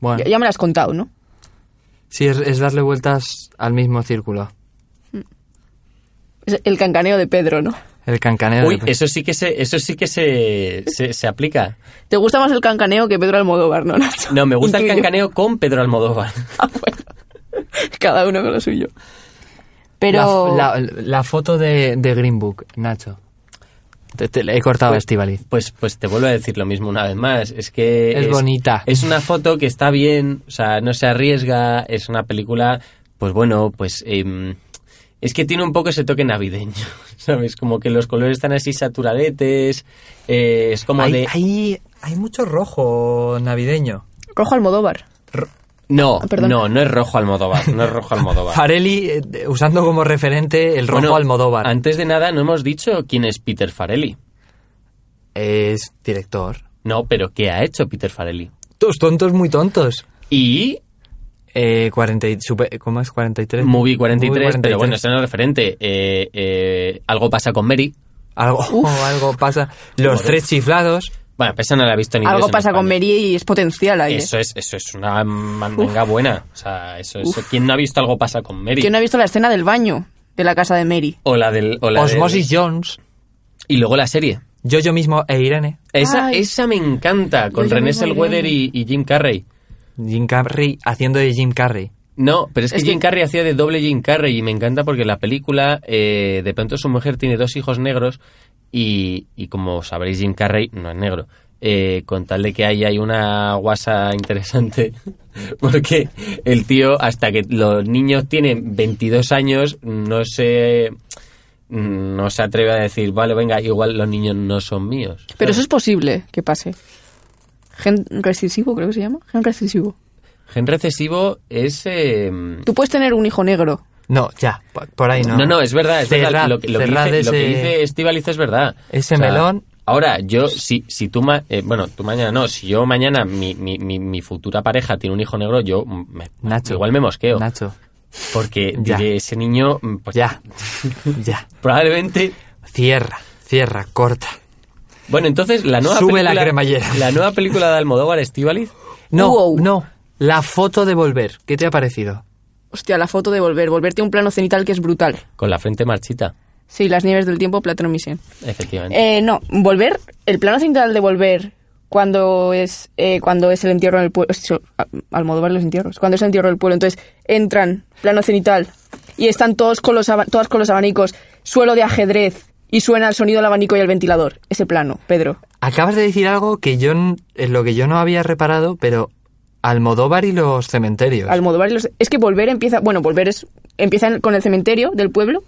A: Bueno,
C: Ya, ya me lo has contado, ¿no?
A: sí, es, es darle vueltas al mismo círculo.
C: Es el cancaneo de Pedro, ¿no?
A: El cancaneo.
B: Uy,
A: de-
B: eso sí que se, eso sí que se, se, se aplica.
C: ¿Te gusta más el cancaneo que Pedro Almodóvar, no, Nacho?
B: No, me gusta el
C: Intuyo.
B: cancaneo con Pedro Almodóvar.
C: Ah, bueno. Cada uno con lo suyo. Pero...
A: La, la- la foto de, de Green Book, Nacho. Te, te- le he cortado a Estivaliz.
B: Pues, pues te vuelvo a decir lo mismo una vez más. Es que
A: Es bonita.
B: Es una foto que está bien, o sea, no se arriesga. Es una película, pues bueno, pues em, es que tiene un poco ese toque navideño, sabes, como que los colores están así saturadetes. eh, es como
A: Hay,
B: de
A: hay, hay mucho rojo navideño.
C: Rojo Almodóvar.
B: no,
C: Ah, perdón.
B: no, no es rojo Almodóvar, no es rojo Almodóvar.
A: Farelli eh, de- usando como referente el rojo
B: Bueno,
A: Almodóvar.
B: Antes de nada, no hemos dicho quién es Peter Farelli.
A: es director.
B: No, pero ¿qué ha hecho Peter Farelli?
A: Tus tontos muy tontos.
B: Y
A: Eh, 40 y- super- ¿Cómo es? 43.
B: Movie 43,
A: 43.
B: pero bueno, eso no es referente. Eh, eh, algo pasa con Mary.
A: Algo, algo pasa. Los tres chiflados.
B: Bueno, pues esa no la he visto ni
C: Algo pasa con Mary y es potencial ahí. ¿eh?
B: Eso es, eso es una mandanga buena. O sea, eso es. ¿Quién no ha visto algo pasa con Mary?
C: Yo no he visto la escena del baño de la casa de Mary.
B: O la del. o la del-
A: Osmosis Jones.
B: Y luego la serie.
A: Yo, yo mismo e Irene.
B: Esa,
C: Ay. Pues
B: esa me encanta, con
C: Yo
B: René
C: mismo
B: Selweather y, y Jim Carrey.
A: Jim Carrey haciendo de Jim Carrey.
B: No, pero es que
C: Es que-
B: Jim Carrey hacía de doble Jim Carrey y me encanta porque en la película eh, de pronto su mujer tiene dos hijos negros y, y como sabréis Jim Carrey no es negro. Eh, con tal de que ahí hay una guasa interesante porque el tío hasta que los niños tienen 22 años no se no se atreve a decir vale venga igual los niños no son míos
C: Pero eso es posible que pase. Gen recesivo, creo que se llama. Gen recesivo.
B: gen recesivo es eh,
C: Tú puedes tener un hijo negro.
A: No, ya, por- por ahí no.
B: No, no, es verdad, es verdad.
A: Cerrad-
B: Lo, que- lo que
A: cerrad
B: dice, lo que
A: ese-
B: dice Estíbaliz es verdad.
A: ese melón.
B: Ahora, yo, si, si tú, ma- eh, bueno, tú mañana no, si yo mañana, mi, mi, mi, mi futura pareja tiene un hijo negro, yo mm, me-
A: Nacho.
B: igual me mosqueo.
A: Nacho.
B: Porque
A: Ya.
B: diré, ese niño, mm, pues
A: Ya, ya.
B: probablemente...
A: Cierra, cierra, corta.
B: Bueno, entonces la nueva
A: Sube la
B: película...
A: cremallera.
B: La nueva película de Almodóvar, Estivaliz,
A: No,
C: Wow.
A: no. La foto de volver. ¿Qué te ha parecido?
C: Hostia, la foto de volver. Volverte a un plano cenital que es brutal.
B: con la frente marchita,
C: Sí, las nieves del tiempo, Platón Misión.
B: efectivamente.
C: Eh, no, volver, el plano central de volver cuando es eh, cuando es el entierro en el pueblo, al modo ver los entierros, cuando es el entierro del pueblo, entonces entran, plano cenital, y están todos con los, aba- todas con los abanicos, suelo de ajedrez, y suena el sonido del abanico y el ventilador, ese plano, Pedro.
A: Acabas de decir algo que yo n- en lo que yo no había reparado, pero Almodóvar y los cementerios.
C: Almodóvar y los- es que volver empieza, bueno, volver es empieza en- con el cementerio del pueblo.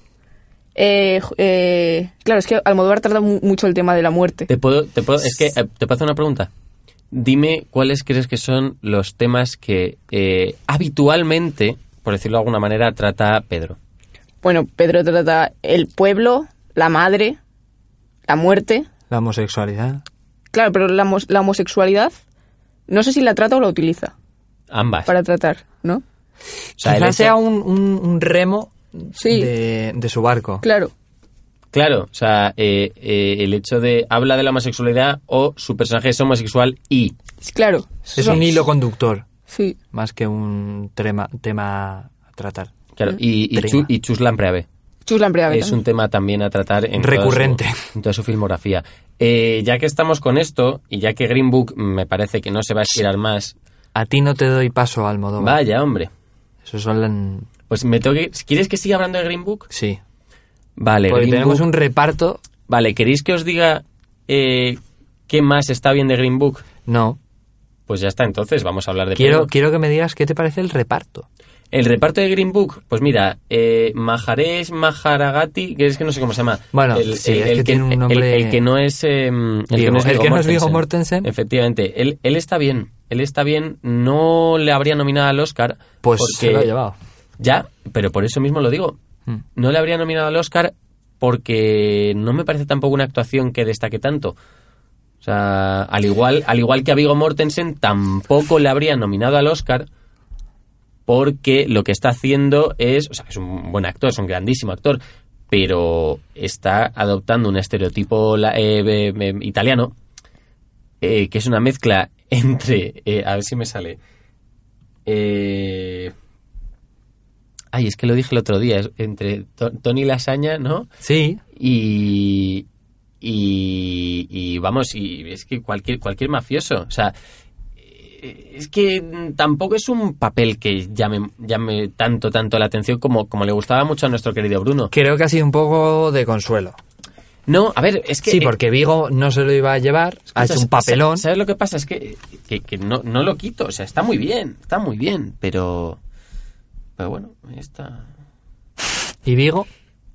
C: Eh, ju- eh, claro, es que Almodóvar trata mu- mucho el tema de la muerte.
B: Te puedo, te puedo, es que eh, te puedo hacer una pregunta. Dime cuáles crees que son los temas que eh, habitualmente, por decirlo de alguna manera, trata Pedro.
C: Bueno, Pedro trata el pueblo, la madre, la muerte.
A: La homosexualidad.
C: Claro, pero la, homos- la homosexualidad, no sé si la trata o la utiliza
B: Ambas.
C: para tratar, ¿no?
B: O sea, el
A: Quizás
B: hecho-
A: sea un, un- un remo
C: Sí.
A: de, de su barco.
C: Claro.
B: Claro, o sea, eh, eh, el hecho de habla de la homosexualidad o su personaje es homosexual y
C: Sí, Claro.
A: Es
C: Son-
A: un hilo conductor,
C: Sí.
A: más que un trema- tema a tratar.
B: claro y, y,
A: Prima.
B: Chu- y Chus Lampreave.
C: Chus Lampreave
B: Es un
C: también.
B: tema también a tratar en toda su-
A: Recurrente.
B: en toda su filmografía. Eh, ya que estamos con esto y ya que Green Book me parece que no se va a estirar más,
A: A ti no te doy paso, Almodóvar.
B: vaya hombre.
A: Eso son... lan-
B: Pues me tengo que... ¿Quieres que siga hablando de Green Book?
A: Sí.
B: Vale,
A: Porque
B: Green
A: tenemos
B: Book-
A: un reparto...
B: Vale, ¿queréis que os diga eh, qué más está bien de Green Book?
A: No.
B: Pues ya está, entonces vamos a hablar de
A: Quiero,
B: Pedro.
A: quiero que me digas qué te parece el reparto.
B: El reparto de Green Book, pues mira, eh, Maharesh Maharagati, que es que no sé cómo se llama.
A: Bueno,
B: el,
A: sí,
B: el-
A: es
B: el
A: que tiene un
B: el-
A: nombre-
B: El, que no es. eh, el
A: Viggo- el que no es Viggo Mortensen.
B: Efectivamente, él, él está bien. Él está bien. No le habría nominado al Oscar.
A: Pues se
B: porque- eh,
A: lo ha llevado.
B: Ya, pero por eso mismo lo digo.
A: Mm.
B: No le habría nominado al Oscar porque no me parece tampoco una actuación que destaque tanto. O sea, al igual, al igual que a Vigo Mortensen, tampoco le habría nominado al Oscar porque lo que está haciendo es. O sea, es un buen actor, es un grandísimo actor, pero está adoptando un estereotipo la- eh, eh, eh, italiano eh, que es una mezcla entre. eh, a ver si me sale. Eh, Ay, es que lo dije el otro día, es entre To- Tony Lasaña, ¿no?
A: Sí.
B: Y, y, y vamos, y es que cualquier, cualquier mafioso, o sea, eh, es que mm, tampoco es un papel que llame, llame tanto, tanto la atención como, como le gustaba mucho a nuestro querido Bruno.
A: Creo que ha sido un poco de consuelo.
B: No, a ver, es que...
A: Sí,
B: eh,
A: porque Vigo no se lo iba a llevar, ha hecho
B: ¿sabes-
A: un papelón.
B: ¿Sabes lo que pasa? Es que, que, que no, no lo quito, o sea, está muy bien, está muy bien, pero... Pero bueno, está...
A: Y Vigo,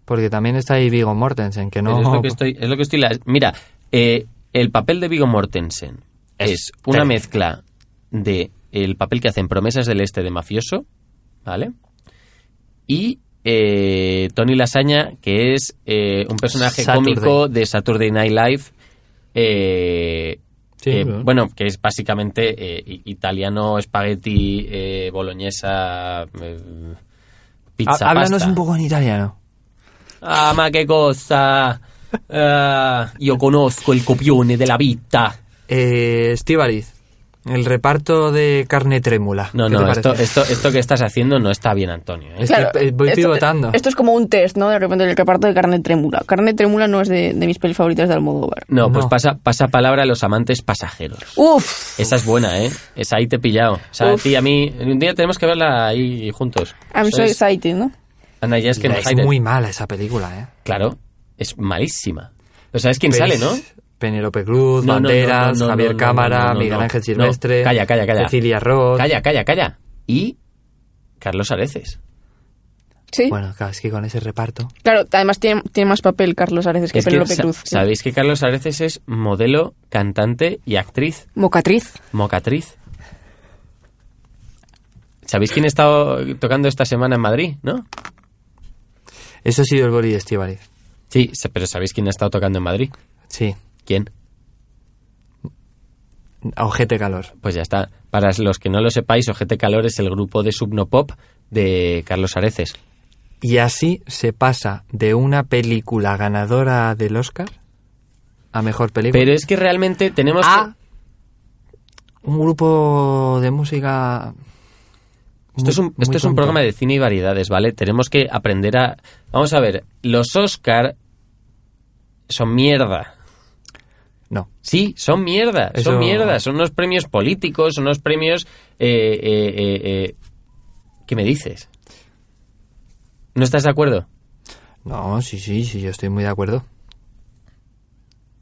A: porque también está ahí Vigo Mortensen, que no.
B: Pero Es lo que estoy. Es lo que estoy la- mira, eh, el papel de Vigo Mortensen es una
A: terrible.
B: mezcla de el papel que hacen Promesas del Este de mafioso, ¿vale? Y eh, Tony Lasaña, que es eh, un personaje
A: Saturday.
B: cómico de Saturday Night Live. eh,
A: Sí,
B: que,
A: claro.
B: bueno, que es básicamente eh, i- italiano, espagueti, eh, boloñesa, eh,
A: Ha-
B: pizza.
A: Ah, Háblanos
B: pasta.
A: un poco en italiano.
B: Ah, ma che cosa! Ah, io conosco il copione della vita.
A: Eh, Estíbaliz, el reparto de carne trémula.
B: No,
A: ¿qué te
B: no,
A: parece?
B: esto, esto, esto que estás haciendo no está bien, Antonio. ¿eh?
A: Es- estoy- eh, voy
C: esto,
A: pivotando.
C: esto es como un test, ¿no? De repente el reparto de carne trémula. Carne trémula no es de, de mis pelis favoritas de Almodóvar.
B: No, pues
A: no.
B: pasa, pasa palabra a los amantes pasajeros.
C: Uf,
B: Esa es buena, ¿eh? Esa ahí te he pillado. O sea, a
C: Uf.
B: ti y a mí... Un día tenemos que verla ahí juntos.
C: I'm
B: Eso
C: so
B: es
C: excited, ¿no?
B: Anna Jeschke
A: es
B: Hyde.
A: muy mala esa película, ¿eh?
B: Claro, es malísima. Pero ¿sabes quién
A: Pero
B: sale,
A: es
B: no?
A: Penélope Cruz,
B: No, no, no,
A: Banderas,
B: no, no,
A: Javier
B: no, no,
A: Cámara,
B: no, no,
A: Miguel
B: no.
A: Ángel
B: No,
A: Silvestre,
B: calla, calla, calla.
A: Cecilia Roth.
B: Calla, calla, calla. Y Carlos Areces.
C: Sí.
A: Bueno, claro, es que con ese reparto.
C: Claro, además tiene, tiene más papel Carlos Areces que
B: Es que
C: Penélope
B: sa-
C: Cruz.
B: Sabéis que Carlos Areces es modelo, cantante y actriz.
C: Mocatriz.
B: Mocatriz. ¿Sabéis quién ha estado tocando esta semana en Madrid, no?
A: Eso ha sido el boli de Estíbaliz.
B: Sí, sa- pero ¿sabéis quién ha estado tocando en Madrid?
A: Sí,
B: ¿Quién?
A: a ojete calor.
B: Pues ya está. Para los que no lo sepáis, Ojete Calor es el grupo de Subnopop de Carlos Areces.
A: Y así se pasa de una película ganadora del Oscar a mejor película.
B: Pero es que realmente tenemos
A: a un grupo de música.
B: Esto es un, esto es un programa de cine y variedades, ¿vale? Tenemos que aprender a... Vamos a ver, los Oscar son mierda.
A: No.
B: Sí, son mierda,
A: Eso-
B: son mierda, son unos premios políticos, son unos premios... eh, eh, eh, eh. ¿Qué me dices? ¿No estás de acuerdo?
A: No, sí, sí, sí, yo estoy muy de acuerdo.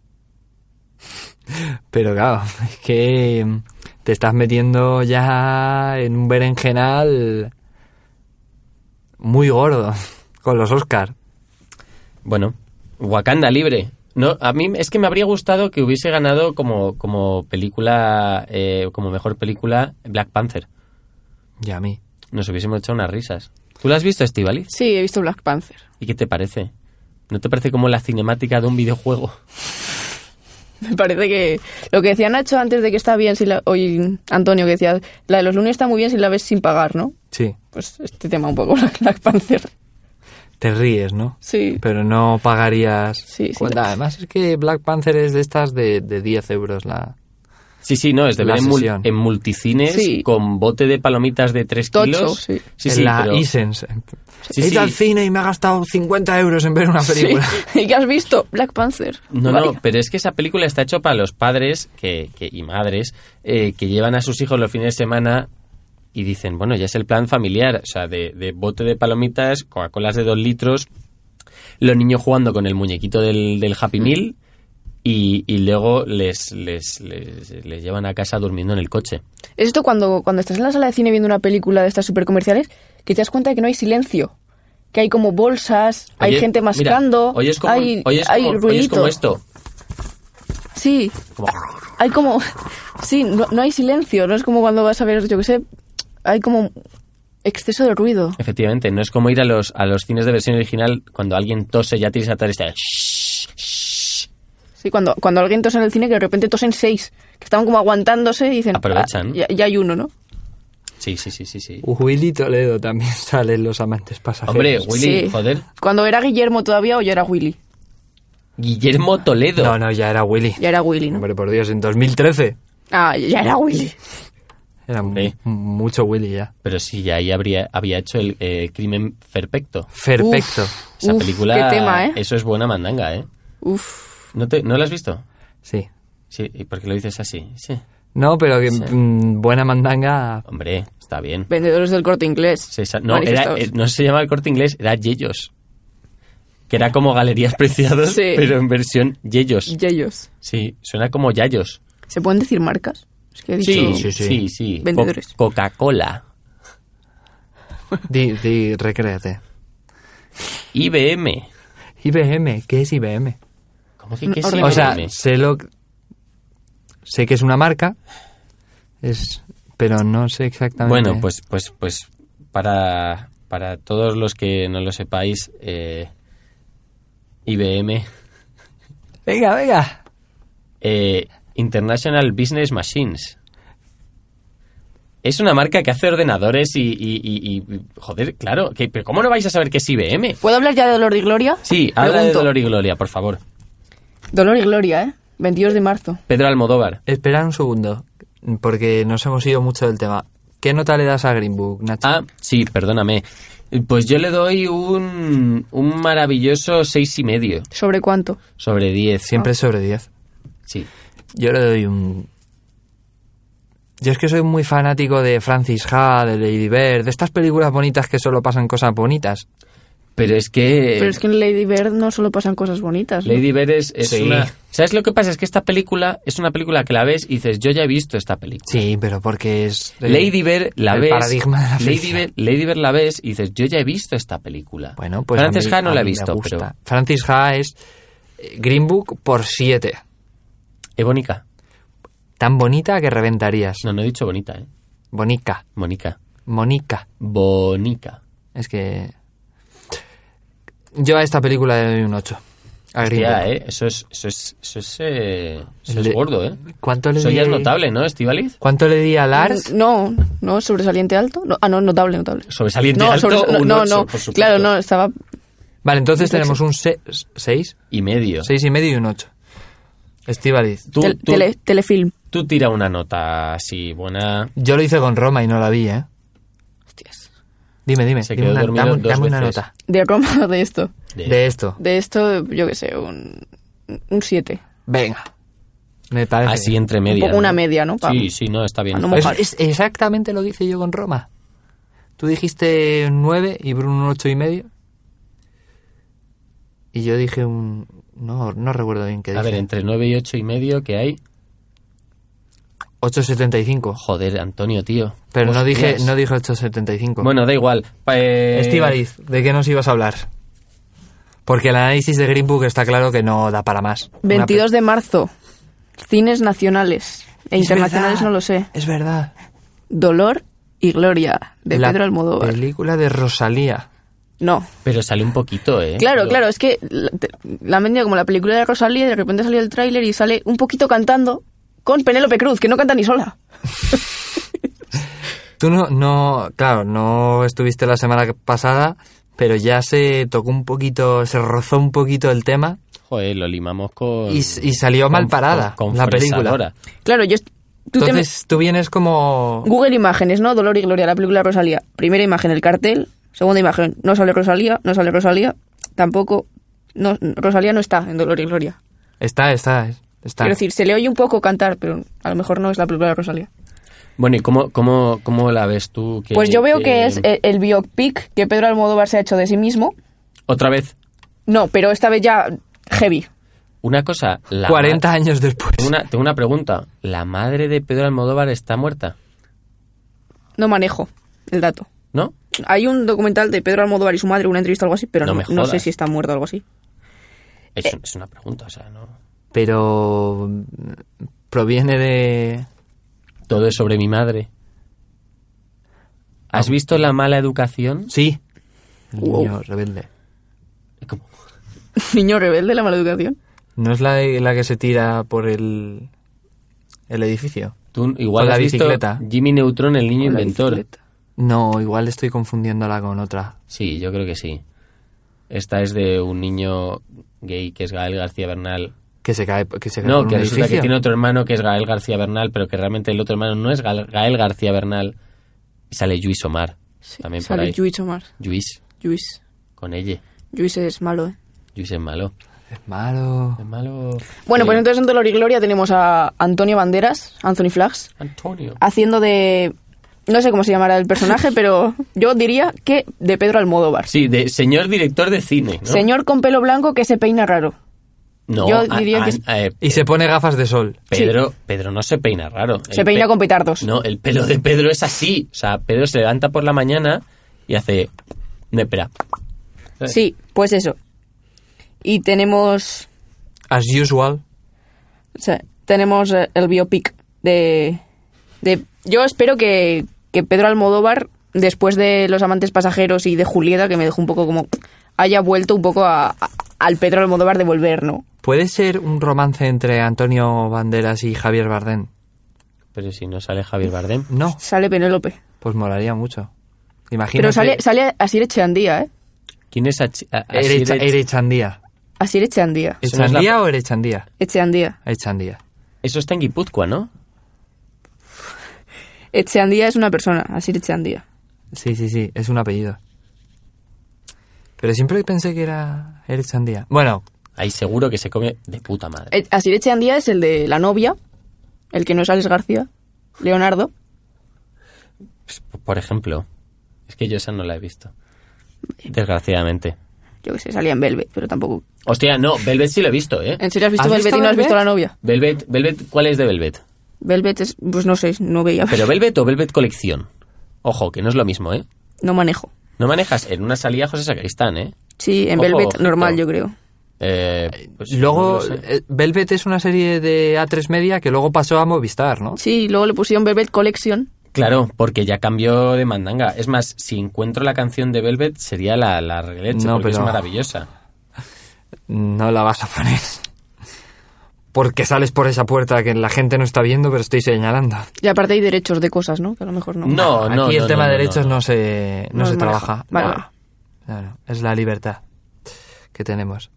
A: Pero claro, es que mm, te estás metiendo ya en un berenjenal muy gordo con los Oscar.
B: Bueno, Wakanda libre. No, a mí es que me habría gustado que hubiese ganado como, como película, eh, como mejor película Black Panther.
A: Y a mí.
B: Nos hubiésemos echado unas risas. ¿Tú la has visto, Estivaliz?
C: Sí, he visto Black Panther.
B: ¿Y qué te parece? ¿No te parece como la cinemática de un videojuego?
C: Me parece que lo que decía Nacho antes de que está bien si la... Hoy Antonio que decía, la de los lunes está muy bien si la ves sin pagar, ¿no?
A: Sí,
C: Pues este tema un poco, Black Panther.
A: te ríes, ¿no?
C: Sí.
A: Pero no pagarías.
C: Sí, sí.
A: cuota. Además, es que Black Panther es de estas de, de 10 euros la.
B: Sí, sí, no, es de
A: La
B: ver en, mul-
A: sesión.
B: en multicines
C: Sí.
B: con bote de palomitas de 3
C: Tocho,
B: kilos.
C: sí.
B: sí,
A: en
B: sí,
A: la
B: pero-
A: Isense.
B: Sí,
A: He
B: sí.
A: ido al cine y me ha gastado 50 euros en ver una película.
C: Sí. ¿Y qué has visto? Black Panther.
B: No,
C: Vaya.
B: no, pero es que esa película está hecha para los padres que, que- y madres eh, que llevan a sus hijos los fines de semana y dicen, bueno, ya es el plan familiar, o sea, de, de bote de palomitas, Coca-Colas de dos litros, los niños jugando con el muñequito del, del
C: Mm.
B: Happy Meal y, y luego les, les, les, les llevan a casa durmiendo en el coche.
C: Es esto cuando, cuando estás en la sala de cine viendo una película de estas super comerciales, que te das cuenta de que no hay silencio. Que hay como bolsas, hay
B: Oye,
C: gente
B: mira,
C: mascando,
B: hoy es como,
C: hay,
B: hoy es
C: hay
B: como- hoy es
C: ruidito.
B: como esto.
C: Sí,
B: como-
C: hay como... Sí, no, no hay silencio, no es como cuando vas a ver, yo qué sé, hay como exceso de ruido.
B: Efectivamente, no es como ir a los, a los cines de versión original cuando alguien tose ya tienes a estar esta...
C: Sí, cuando, cuando alguien tosa en el cine que de repente tosen seis, que estaban como aguantándose y dicen...
B: Aprovechan.
C: "Ah, ya, ya hay uno, ¿no?
B: Sí, sí, sí, sí, sí.
A: Willy Toledo también sale en Los Amantes Pasajeros.
B: Hombre, Willy,
C: Sí.
B: joder.
C: Cuando era Guillermo todavía o ya era Willy.
B: Guillermo Toledo.
A: No, no, ya era Willy.
C: Ya era Willy, ¿no?
A: Hombre, por Dios, en 2013
C: Ah, ya era Willy.
A: era mu-
B: Hombre.
A: mucho Willy ya.
B: Pero sí, ya ahí habría, había hecho el eh, crimen perfecto.
A: Perfecto.
C: Uf,
B: Esa
C: uf,
B: película.
C: Qué tema, ¿eh?
B: Eso es buena mandanga, ¿eh?
C: Uf.
B: ¿No, te, ¿No la has visto?
A: Sí.
B: Sí, ¿y por qué lo dices así? Sí.
A: No, pero que
B: Sí.
A: mm, buena mandanga.
B: Hombre, está bien.
C: Vendedores del corte inglés.
B: Sí, esa- no, era,
C: Manifestados.
B: eh, no se llamaba el corte inglés, era Yellos. Que era como galerías preciados,
C: Sí.
B: pero en versión Yellos.
C: Y ellos.
B: Sí, suena como Yayos.
C: ¿Se pueden decir marcas? Es que he dicho...
A: sí,
B: Sí, sí,
A: sí.
B: sí. sí.
C: Vendedores.
B: Co- Coca-Cola.
A: Di, di, recréate.
B: IBM.
A: IBM, ¿qué es IBM?
B: ¿Cómo que qué es
C: O
B: IBM?
A: O sea, sé lo sé que es una marca, es pero no sé exactamente.
B: Bueno, pues, pues, pues para, para todos los que no lo sepáis, eh, IBM,
A: venga, venga.
B: eh, International Business Machines. Es una marca que hace ordenadores y, y- y- y- joder, claro, que, pero ¿cómo no vais a saber qué es IBM?
C: ¿Puedo hablar ya de Dolor y Gloria?
B: Sí, habla de
C: Pregunto.
B: Dolor y Gloria, por favor.
C: Dolor y Gloria, ¿eh? 22 de marzo.
B: Pedro Almodóvar.
A: Esperad un segundo, porque nos hemos ido mucho del tema. ¿Qué nota le das a Green Book, Nacho?
B: Ah, sí, perdóname. Pues yo le doy un, un maravilloso seis y medio
C: ¿Sobre cuánto?
B: sobre 10.
A: Siempre sobre 10.
C: Ah.
B: Sí.
A: Yo le doy un... Yo es que soy muy fanático de Francis Ha, de Lady Bird, de estas películas bonitas que solo pasan cosas bonitas.
B: Pero es que...
C: Pero es que en Lady Bird no solo pasan cosas bonitas. ¿no?
B: Eh, Lady Bird es, es
A: Sí.
B: una... ¿Sabes lo que pasa? Es que esta película es una película que la ves y dices, yo ya he visto esta película.
A: Sí, pero porque es... eh,
B: Lady Bird la
A: el
B: ves...
A: paradigma de la
B: Lady
A: felicidad.
B: Bird, Lady Bird la ves y dices, yo ya he visto esta película.
A: Bueno, pues
B: Frances
A: a mí-
B: Ha no
A: a
B: la he
A: mí me
B: visto,
A: gusta.
B: pero...
A: Francis Ha es eh, Green Book por 7.
B: ¿Eh, Bonica?
A: Tan bonita que reventarías.
B: No, no he dicho bonita, ¿eh?
A: Bonica.
B: Mónica.
A: Monica.
B: Bonica.
A: Es que... Yo a esta película le doy un 8. Agrícola.
B: Hostia, ¿eh? Eso es, eso es, eso es, eh, eso
A: El
B: es
A: de-
B: gordo, ¿eh?
A: ¿Cuánto le
B: Eso
A: di?
B: ya es notable, ¿no, Estivaliz?
A: ¿Cuánto le di a Lars?
C: No, no, sobresaliente alto. No, ah, no, notable, notable.
B: Sobresaliente
C: no,
B: alto,
C: sobres-
B: un
C: no,
B: ocho,
C: no,
B: por supuesto.
C: claro, no, estaba
A: Vale, entonces
C: Mucho
A: tenemos un 6, 6
B: Y medio.
A: y medio y un 8. Estivaliz.
B: Tú,
C: tel-
B: tú-
C: tele- telefilm.
B: tú tira una nota así buena.
A: Yo lo hice con Roma y no la vi, ¿eh?
C: Hostias.
A: Dime, dime.
B: Se
A: dime
B: quedó
A: una-
B: dormido
A: dame, un-
B: dos
A: dame una
B: veces.
A: nota.
C: De Roma o de esto.
B: de-
A: De esto.
C: De esto, yo qué sé, un 7.
A: Venga. Me parece.
B: así entre media.
C: poco una media, ¿no? Pa-
B: Sí, sí, no, está bien.
C: pa no
B: está
A: Es,
B: bien.
C: mojar.
A: es exactamente lo que hice yo con Roma. Tú dijiste 9 y Bruno un 8 y medio. Y yo dije un... No, no recuerdo bien qué
B: A ver,
A: dije.
B: entre 9 y 8 y medio que hay.
A: 8.75.
B: Joder, Antonio, tío.
A: Pero no
B: Hostias.
A: dije, no dije 8.75.
B: Bueno, da igual. Pa- eh,
A: Estivaliz, ¿de qué nos ibas a hablar? Porque el análisis de Green Book está claro que no da para más.
C: 22 de marzo. Cines nacionales e
A: Es
C: internacionales,
A: verdad,
C: no lo sé.
A: Es verdad.
C: Dolor y Gloria, de
A: La
C: Pedro Almodóvar.
A: Película de Rosalía.
C: No.
B: Pero sale un poquito, ¿eh?
C: Claro,
B: Yo-
C: claro, es que la, te- la han vendido como la película de Rosalía y de repente salió el tráiler y sale un poquito cantando con Penélope Cruz, que no canta ni sola.
A: Tú no, no, claro, no estuviste la semana que- pasada, pero ya se tocó un poquito, se rozó un poquito el tema
B: Joder, lo limamos con.
A: y, s- y salió mal
B: con-
A: parada
B: con- con
A: la película.
B: fresadora.
C: Claro, yo... Tú te-
A: Entonces tú vienes como...
C: Google Imágenes, ¿no? Dolor y Gloria, la película de Rosalía. Primera imagen, el cartel. Segunda imagen, no sale Rosalía, no sale Rosalía. Tampoco... No, Rosalía no está en Dolor y Gloria.
A: Está, está, está.
C: Quiero decir, se le oye un poco cantar, pero a lo mejor no es la película de Rosalía.
B: Bueno, ¿y cómo, cómo, cómo la ves tú? Que-
C: Pues yo veo que es el, el biopic que Pedro Almodóvar se ha hecho de sí mismo.
B: Otra vez,
C: No, pero esta vez ya heavy.
B: una cosa. La
A: 40 años después.
B: Tengo una, tengo una pregunta. ¿La madre de Pedro Almodóvar está muerta?
C: No manejo el dato.
B: ¿No?
C: Hay un documental de Pedro Almodóvar y su madre, una entrevista o algo así, pero
B: No
C: no,
B: me
C: no
B: jodas.
C: sé si está muerto o algo así.
B: Es,
C: Eh.
B: es una pregunta, o sea, no.
A: Pero mm, proviene de...
B: Todo es sobre mi madre. ¿Has visto la mala educación?
A: Sí. El
C: Wow.
A: niño rebelde.
B: ¿Cómo?
C: Niño rebelde, la mala educación.
A: ¿No es la, de- la que se tira por el, el edificio?
B: Tú igual
A: Con la
B: has visto
A: bicicleta.
B: Jimmy Neutron, el niño inventor.
A: No, igual estoy confundiéndola con otra.
B: Sí, yo creo que sí. Esta es de un niño gay que es Gael García Bernal.
A: Que se cae, que se cae
B: No,
A: por
B: que
A: un
B: resulta que
A: edificio.
B: tiene otro hermano que es Gael García Bernal, pero que realmente el otro hermano no es Gael Gael García Bernal. Y sale Luis Omar. también por ahí.
C: sale Luis Omar.
B: Luis,
C: Luis.
B: con ella.
C: Luis es malo, ¿eh?
B: Luis es malo.
A: Es malo.
B: Es malo.
C: Bueno,
B: Eh,
C: pues entonces en Dolor y Gloria tenemos a Antonio Banderas, Anthony Flags,
B: Antonio.
C: haciendo de... No sé cómo se llamará el personaje, pero yo diría que de Pedro Almodóvar.
B: Sí, de señor director de cine, ¿no?
C: Señor con pelo blanco que se peina raro.
B: No,
C: yo diría que es-
B: eh,
A: Y se pone gafas de sol.
B: Pedro, Pedro no se peina raro.
C: Se
B: El
C: peina
B: pe-
C: con petardos.
B: No, el pelo de Pedro es así. O sea, Pedro se levanta por la mañana y hace... No, espera.
C: Sí, pues eso. Y tenemos...
A: As usual.
C: o sea, tenemos eh, el biopic de... de yo espero que, que Pedro Almodóvar, después de Los Amantes Pasajeros y de Julieta, que me dejó un poco como... haya vuelto un poco a- a- al Pedro Almodóvar de volver, ¿no?
A: ¿Puede ser un romance entre Antonio Banderas y Javier Bardem?
B: Pero si no sale Javier Bardem.
A: No,
C: Sale Penélope.
A: pues molaría mucho. Imagínate.
C: Pero sale, sale Asier Echeandía, ¿eh?
B: ¿Quién es Achi- a-
A: Ere-
B: Asier Ech-
A: Erechandía.
C: Asier Echeandía.
B: Eso no es la-
A: ¿Echandía o Erechandía?
C: Echeandía.
A: Echandía.
B: Eso está en Guipúzcoa, ¿no?
C: Echeandía es una persona, Asier Echeandía.
A: Sí, sí, sí, es un apellido. Pero siempre pensé que era Erechandía. Bueno,
B: Ahí seguro que se come de puta madre.
C: Eh, Asier Echeandía es el de la novia, el que no es Alex García, Leonardo. Eh.
B: Por ejemplo. Es que yo esa no la he visto.
C: Eh.
B: Desgraciadamente.
C: Yo que sé, salía en Velvet, pero tampoco.
B: Hostia, no, Velvet sí lo he visto, ¿eh?
C: ¿En serio has visto
A: ¿Has
C: Velvet
A: visto
C: y no has
A: Velvet?
C: visto la novia?
B: Velvet, Velvet, ¿cuál es de Velvet?
C: Velvet es, pues no sé, no veía.
B: ¿Pero Velvet o Velvet Colección? Ojo, que no es lo mismo, ¿eh?
C: No manejo.
B: No manejas en una salida José Sacristán, ¿eh?
C: Sí, en
B: Ojo,
C: Velvet
B: ojito.
C: normal, yo creo.
B: Eh, pues no
A: luego
B: lo sé.
A: eh, Velvet es una serie de A3 Media que luego pasó a Movistar, ¿no?
C: Sí, luego le pusieron Velvet Collection.
B: Claro, porque ya cambió de mandanga. Es más, si encuentro la canción de Velvet sería la, la releche,
A: No,
B: porque es
A: pero-
B: maravillosa.
A: no la vas a poner. Porque sales por esa puerta que la gente no está viendo, pero estoy señalando.
C: Y aparte hay derechos de cosas, ¿no? Que a lo mejor no.
B: No,
A: Aquí
B: no,
A: el
B: no,
A: tema
B: no,
A: de
B: no,
A: derechos
B: no.
A: no, se, no
C: No
A: se
C: es manejo.
A: trabaja.
C: Vale.
A: No. Claro, es la libertad que tenemos.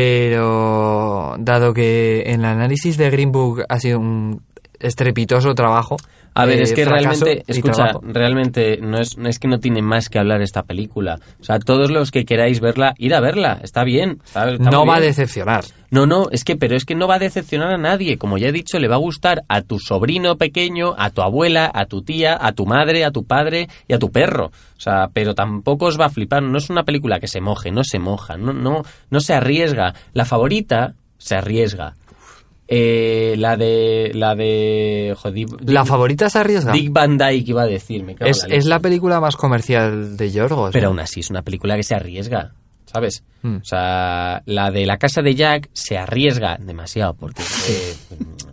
A: Pero dado que en el análisis de Green Book ha sido un estrepitoso trabajo.
B: A ver,
A: eh,
B: es que
A: fracaso
B: realmente,
A: y
B: escucha,
A: trabajo.
B: realmente no es, no es que no tiene más que hablar esta película. O sea, todos los que queráis verla, ir a verla, está bien. está- está
A: no
B: muy
A: va a
B: bien.
A: decepcionar.
B: No, no, es que, pero es que no va a decepcionar a nadie. Como ya he dicho, le va a gustar a tu sobrino pequeño, a tu abuela, a tu tía, a tu madre, a tu padre y a tu perro. O sea, pero tampoco os va a flipar. No es una película que se moje, no se moja, no, no, no se arriesga. La favorita se arriesga. Eh, la de. La de. Joder,
A: La favorita se arriesga.
B: Dick Van Dyke iba a decir, me cago en
A: Es,
B: la
A: es la
B: leche.
A: película más comercial de Yorgos.
B: Pero
A: ¿eh?
B: aún así es una película que se arriesga, ¿sabes?
A: Mm.
B: O sea, la de la casa de Jack se arriesga demasiado, porque, eh,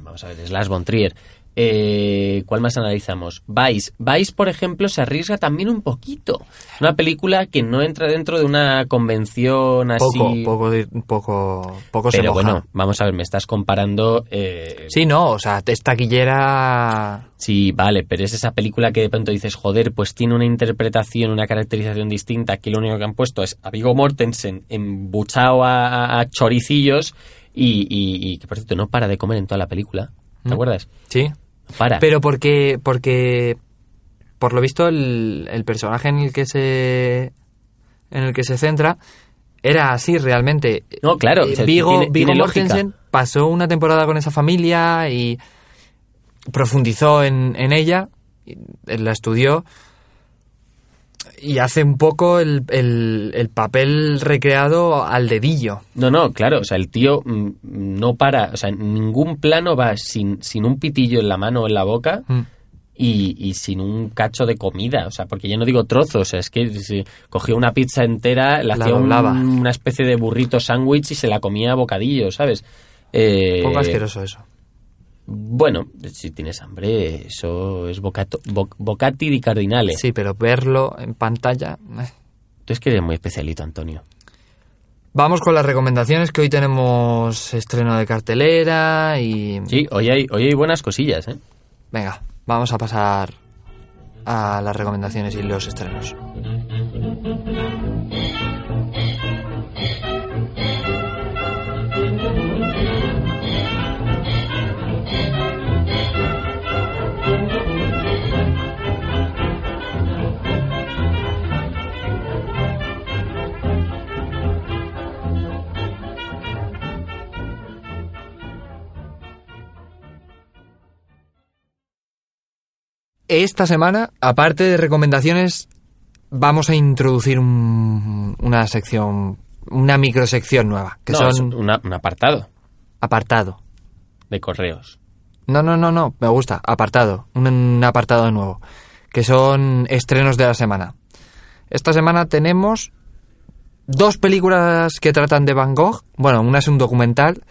B: vamos a ver, es Lars von Trier. Eh, ¿Cuál más analizamos? Vice. Vice, por ejemplo, se arriesga también un poquito. Es Una película que no entra dentro de una convención así...
A: poco, poco, de- poco, poco se
B: Pero
A: moja.
B: bueno, vamos a ver, me estás comparando... eh,
A: Sí, no, o sea, es taquillera.
B: Sí, vale, pero es esa película que de pronto dices, joder, pues tiene una interpretación, una caracterización distinta. Aquí lo único que han puesto es a Viggo Mortensen embuchado a, a- a choricillos y, y- y que, por cierto, no para de comer en toda la película. ¿Te
A: Mm.
B: acuerdas?
A: Sí.
B: No para.
A: Pero porque, porque por lo visto el, el personaje en el que se en el que se centra era así realmente.
B: No, claro, o sea,
A: Vigo,
B: tiene- tiene lógica.
A: Mortensen pasó una temporada con esa familia y profundizó en, en ella, y- eh, la estudió y hace un poco el, el- el papel recreado al dedillo.
B: No, no, claro, o sea, el tío mm, no para, o sea, en ningún plano va sin, sin un pitillo en la mano o en la boca.
A: Mm.
B: y, y sin un cacho de comida, o sea, porque yo no digo trozos, o sea, es que si cogía una pizza entera, la,
A: La
B: hacía un-
A: doblaba.
B: una especie de burrito sándwich y se la comía a bocadillo, ¿sabes? Eh,
A: Un poco asqueroso eso.
B: Bueno, si tienes hambre, eso es bocato, bo- bocati di cardinale.
A: Sí, pero verlo en pantalla. eh.
B: Tú es que eres muy especialito, Antonio.
A: Vamos con las recomendaciones que hoy tenemos estreno de cartelera y
B: Sí, hoy hay, hoy hay buenas cosillas, ¿eh?
A: venga, vamos a pasar a las recomendaciones y los estrenos. Esta semana, aparte de recomendaciones, vamos a introducir un- una sección, una microsección nueva, que
B: No, es
A: son
B: una- un apartado
A: apartado.
B: de correos.
A: No, no, no, no, me gusta, apartado, un, un apartado nuevo, que son estrenos de la semana. Esta semana tenemos dos películas que tratan de Van Gogh. Bueno, una es un documental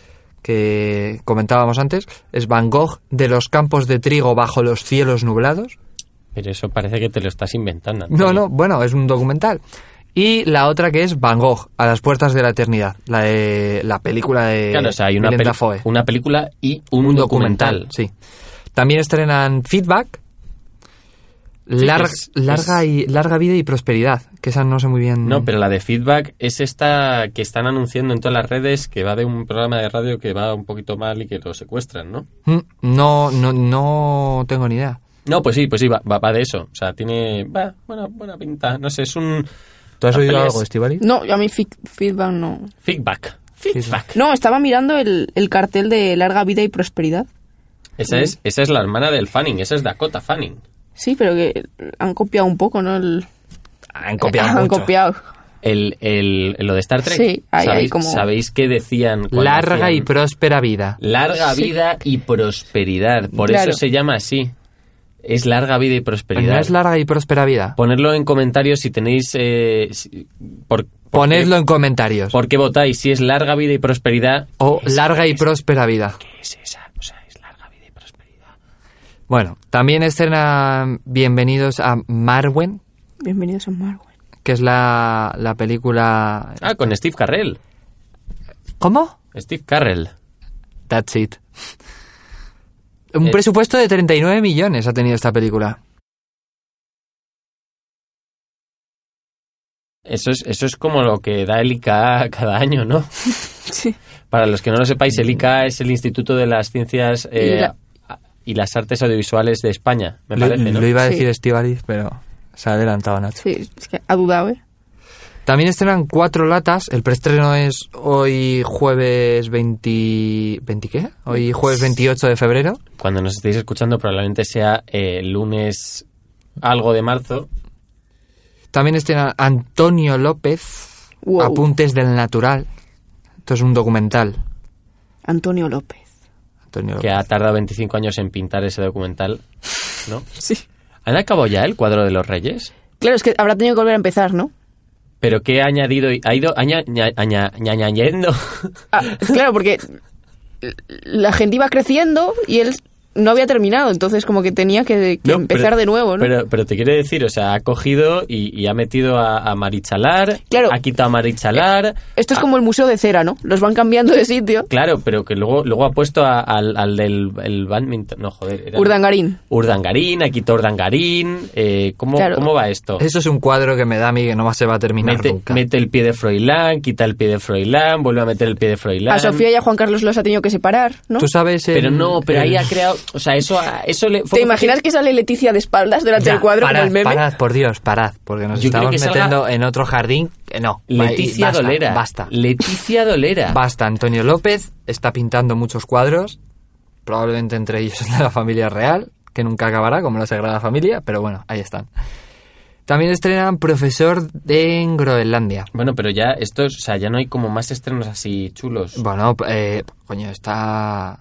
A: que comentábamos antes, es Van Gogh de los campos de trigo bajo los cielos nublados.
B: Pero eso parece que te lo estás inventando. Antonio.
A: No, no, bueno, es un documental. Y la otra que es Van Gogh, a las puertas de la eternidad, la de la película de
B: Claro, o sea, hay una,
A: Willem
B: peli-
A: Dafoe.
B: una película y un,
A: Un
B: documental.
A: documental, sí. También estrenan Feedback, Lar-
B: es-
A: larga,
B: es-
A: Y, larga Vida y Prosperidad, que esa no sé muy bien.
B: No, pero la de feedback es esta que están anunciando en todas las redes que va de un programa de radio que va un poquito mal y que lo secuestran, ¿no?
A: Mm, No, no, no tengo ni idea.
B: No, pues sí, pues sí, va, va- va de eso. O sea, tiene. Va, buena, buena pinta. No sé, es un.
A: ¿Tú has
B: La
A: oído
B: peli
A: algo,
B: es-
A: Estivali?
C: No, yo a mí fi- feedback no.
B: Feedback. Feedback.
C: No, estaba mirando el, el cartel de larga vida y prosperidad.
B: Esa es, esa es la hermana del Fanning, esa es Dakota Fanning.
C: Sí, pero que han copiado un poco, ¿no? El,
A: Han copiado.
C: han
A: mucho.
C: copiado.
B: El, el, lo de Star Trek.
C: Sí, ahí hay
B: ¿Sabéis,
C: como-
B: ¿Sabéis qué decían? cuando
A: Larga y
B: hacían-
A: próspera vida. Pues
B: Larga
C: Sí.
B: vida y prosperidad. Por
C: Claro.
B: eso se llama así. Es larga vida y prosperidad.
A: Pues ¿No es larga y próspera vida?
B: Ponerlo en comentarios si tenéis. eh, si- por, por
A: Ponedlo
B: qué-
A: en comentarios.
B: ¿Por qué votáis? Si es larga vida y prosperidad.
A: O
B: Es-
A: larga y
B: es-
A: próspera vida.
B: ¿Qué es esa? O sea, es larga vida y prosperidad.
A: Bueno, también escena Bienvenidos a Marwen,
C: Bienvenidos a Marvel.
A: que es la, la película
B: Ah, con Steve Carrell.
A: ¿Cómo?
B: Steve Carrell.
A: That's it. Un
B: Eh.
A: presupuesto de 39 millones ha tenido esta película.
B: Eso es, eso es como lo que da el ICA cada año, ¿no?
C: Sí.
B: Para los que no lo sepáis, el
A: Mm.
B: ICA es el Instituto de las Ciencias eh,
C: Y la-
B: a- y las Artes Audiovisuales de España, me
A: Lo,
B: parece, ¿no?
A: lo iba a
C: Sí.
A: decir Estivaliz, pero se ha adelantado Nacho.
C: Sí, es que ha dudado, ¿eh?
A: También estrenan cuatro latas. El preestreno es hoy jueves 20... ¿20 qué? Hoy jueves 28 de febrero.
B: Cuando nos estéis escuchando probablemente sea eh, lunes algo de marzo.
A: También estrenan Antonio López,
C: Wow.
A: Apuntes del Natural. Esto es un documental.
C: Antonio López.
A: Antonio
B: que
A: López.
B: ha tardado 25 años en pintar ese documental, ¿no?
C: Sí.
B: ¿Han acabado ya el cuadro de los reyes?
C: Claro, es que habrá tenido que volver a empezar, ¿no?
B: ¿Pero qué ha añadido? y- ¿Ha ido aña- ña- aña- añadiendo?
C: Ah, claro, porque la gente iba creciendo y él no había terminado, entonces como que tenía que, que
B: No,
C: empezar
B: pero-
C: de nuevo, ¿no?
B: Pero, pero te quiere decir, o sea, ha cogido y, y ha metido a, a Marichalar,
C: Claro. Eh,
B: ha quitado a Marichalar...
C: Esto es
B: ha-
C: como el museo de cera, ¿no? Los van cambiando de sitio.
B: Claro, pero que luego, luego ha puesto a- al, al del el badminton... No, joder. era-
C: Urdangarín.
B: Urdangarín, ha quitado Urdangarín... eh, ¿cómo,
C: Claro.
B: ¿Cómo va esto?
A: Eso es un cuadro que me da a mí que no se va a terminar
B: Mete,
A: nunca.
B: mete el pie de Froilán, quita el pie de Froilán, vuelve a meter el pie de Froilán...
C: A Sofía y a Juan Carlos los ha tenido que separar, ¿no?
A: Tú sabes el-
B: Pero no, pero ahí
A: el-
B: ha creado. O sea, eso, ha- eso le. fue-
C: ¿Te imaginas que sale Leticia de espaldas delante
A: Ya,
C: del cuadro
A: parad,
C: como el meme?
A: parad, por Dios, parad, porque nos
B: Yo creo
A: estamos
B: que salga-
A: metiendo en otro jardín. que no,
B: Leticia
A: basta,
B: Dolera.
A: Basta,
B: Leticia Dolera.
A: basta. Antonio López está pintando muchos cuadros, probablemente entre ellos el de la familia real, que nunca acabará, como la Sagrada Familia, pero bueno, ahí están. También estrenan Profesor de en Groenlandia.
B: Bueno, pero ya esto, es- o sea, ya no hay como más estrenos así chulos.
A: Bueno, eh, coño, está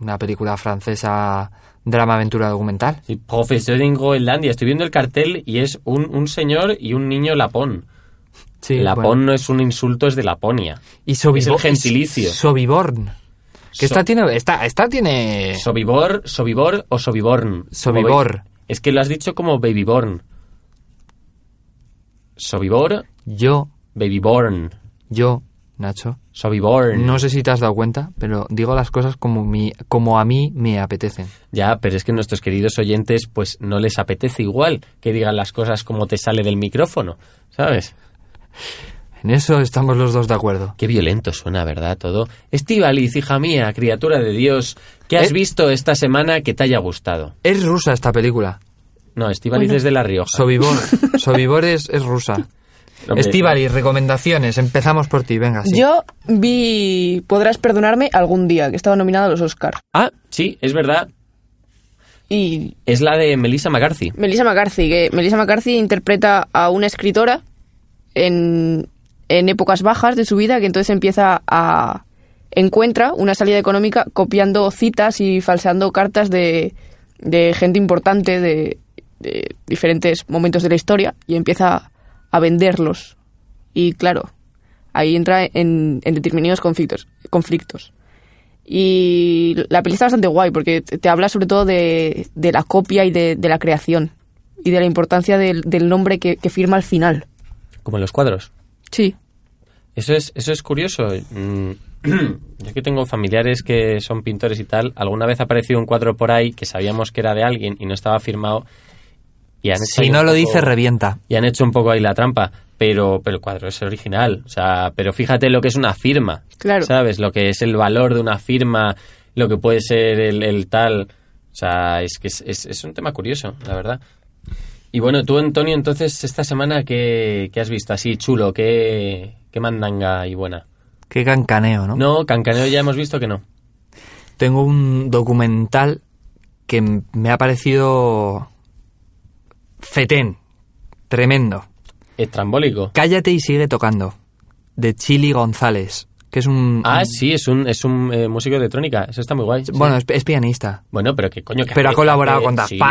A: una película francesa, drama, aventura, documental.
B: Sí, profesor en Groenlandia. Estoy viendo el cartel y es un, un señor y un niño lapón.
A: Sí,
B: lapón
A: bueno.
B: no es un insulto, es de Laponia.
A: Y
B: Es
A: Sobibor,
B: el gentilicio.
A: Sobiborn. Que
B: So-
A: esta tiene. Esta, esta tiene.
B: Sobibor, Sobibor o Sobiborn.
A: Sobibor.
B: Como ve- Es que lo has dicho como Babyborn. Sobibor,
A: Yo,
B: Babyborn.
A: yo, Nacho.
B: Sobiborn.
A: No sé si te has dado cuenta, pero digo las cosas como, mi, como a mí me apetecen.
B: Ya, pero es que nuestros queridos oyentes, pues no les apetece igual que digan las cosas como te sale del micrófono, ¿sabes?
A: En eso estamos los dos de acuerdo.
B: Qué violento suena, ¿verdad? Todo. Estivaliz, hija mía, criatura de Dios, ¿qué has
A: ¿Eh?
B: visto esta semana que te haya gustado?
A: Es rusa esta película.
B: No, Estivaliz es de La Rioja.
A: Sobibor. Sobibor es, es rusa.
B: Hombre,
A: Estivali, recomendaciones. Empezamos por ti, venga. sí.
C: Yo vi Podrás perdonarme algún día, que estaba nominada a los Oscar.
B: Ah, sí, es verdad.
C: Y
B: Es la de Melissa McCarthy.
C: Melissa McCarthy, que Melissa McCarthy interpreta a una escritora en, en épocas bajas de su vida, que entonces empieza a encuentra una salida económica copiando citas y falseando cartas de, de gente importante de, de diferentes momentos de la historia y empieza a venderlos. Y claro, ahí entra en, en determinados conflictos. conflictos. Y la peli está bastante guay porque te te habla sobre todo de, de la copia y de, de la creación y de la importancia del, del nombre que, que firma al final.
B: Como en los cuadros.
C: Sí.
B: Eso es, eso es curioso. Mm, Yo que tengo familiares que son pintores y tal, alguna vez ha aparecido un cuadro por ahí que sabíamos que era de alguien y no estaba firmado. Y han hecho ahí
A: Si
B: un
A: no lo
B: poco-
A: dice, revienta.
B: Y han hecho un poco ahí la trampa, pero, pero el cuadro es original. O sea, pero fíjate lo que es una firma.
C: Claro.
B: ¿Sabes? Lo que es el valor de una firma, lo que puede ser el, el tal. O sea, es que es, es- es un tema curioso, la verdad. Y bueno, tú, Antonio, entonces, esta semana, ¿qué, qué has visto? Así, chulo, ¿qué, qué mandanga y buena?
A: Qué cancaneo, ¿no?
B: No, Cancaneo ya hemos visto que no.
A: Tengo un documental que m- me ha parecido fetén, tremendo.
B: Es trambólico.
A: Cállate y sigue tocando, de Chili González, que es un...
B: Ah,
A: un-
B: sí, es un, es un eh, músico de trónica. Eso está muy guay. sí.
A: Mm. Bueno, es, es pianista.
B: bueno pero qué coño. que
A: Pero ha
B: hace-
A: colaborado
B: hace-
A: con Daft
B: sí, sí,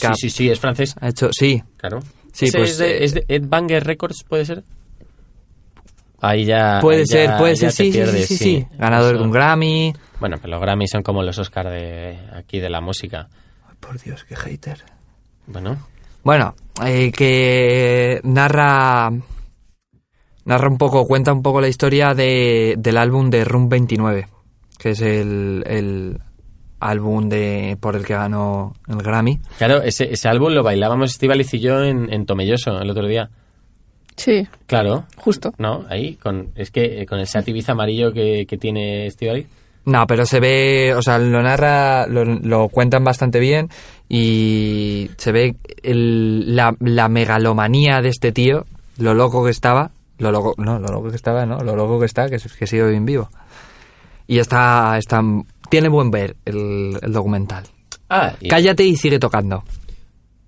A: Punk,
B: sí, sí, sí, es francés.
A: Ha hecho... Sí,
B: Claro.
A: Sí,
B: ¿Ese
A: pues,
B: es, de,
A: eh,
B: es de Ed Banger Records, puede ser. Ahí ya.
A: puede
B: ahí Ah, ya-
A: ser, puede
B: ahí
A: ser,
B: ya te
A: sí, sí,
B: pierdes,
A: sí, sí, sí. Ganador
B: Eso-
A: de un Grammy...
B: Bueno, pero los Grammy son como los Oscar de aquí de la música.
A: Por Dios, qué hater.
B: Bueno,
A: Bueno, eh, que narra narra un poco, cuenta un poco la historia de, del álbum de Room 29, que es el, el álbum de, por el que ganó el Grammy.
B: Claro, ese, ese álbum lo bailábamos Estivaliz y yo en, en Tomelloso el otro día.
C: Sí,
B: Claro,
C: justo.
B: ¿no? Ahí, con, es que eh, con el sativiz amarillo que, que tiene Estivaliz.
A: No, pero se ve, o sea, lo narra, lo, lo cuentan bastante bien y se ve el- la, la megalomanía de este tío, lo loco que estaba, lo loco, no, lo loco que estaba, no, lo loco que está, que, que sigue bien vivo. Y está, está, tiene buen ver el, el documental.
B: Ah, y-
A: Cállate y sigue tocando.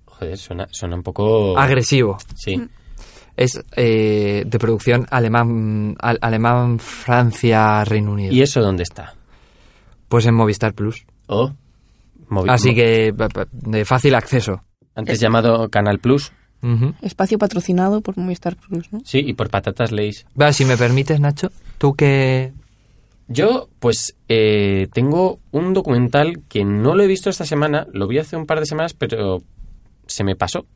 B: Joder, suena, suena un poco...
A: Agresivo.
B: Sí.
A: Es eh, de producción alemán, al- alemán, Francia, Reino Unido.
B: ¿Y eso dónde está?
A: Pues en Movistar Plus.
B: Oh, movi-
A: Así que pa- pa- de fácil acceso.
B: Antes llamado Canal Plus.
A: Ujú.
C: Espacio patrocinado por Movistar Plus, ¿no?
B: Sí, y por patatas leis.
A: Va, si me permites, Nacho, tú que...
B: Yo, pues, eh, tengo un documental que no lo he visto esta semana, lo vi hace un par de semanas, pero se me pasó.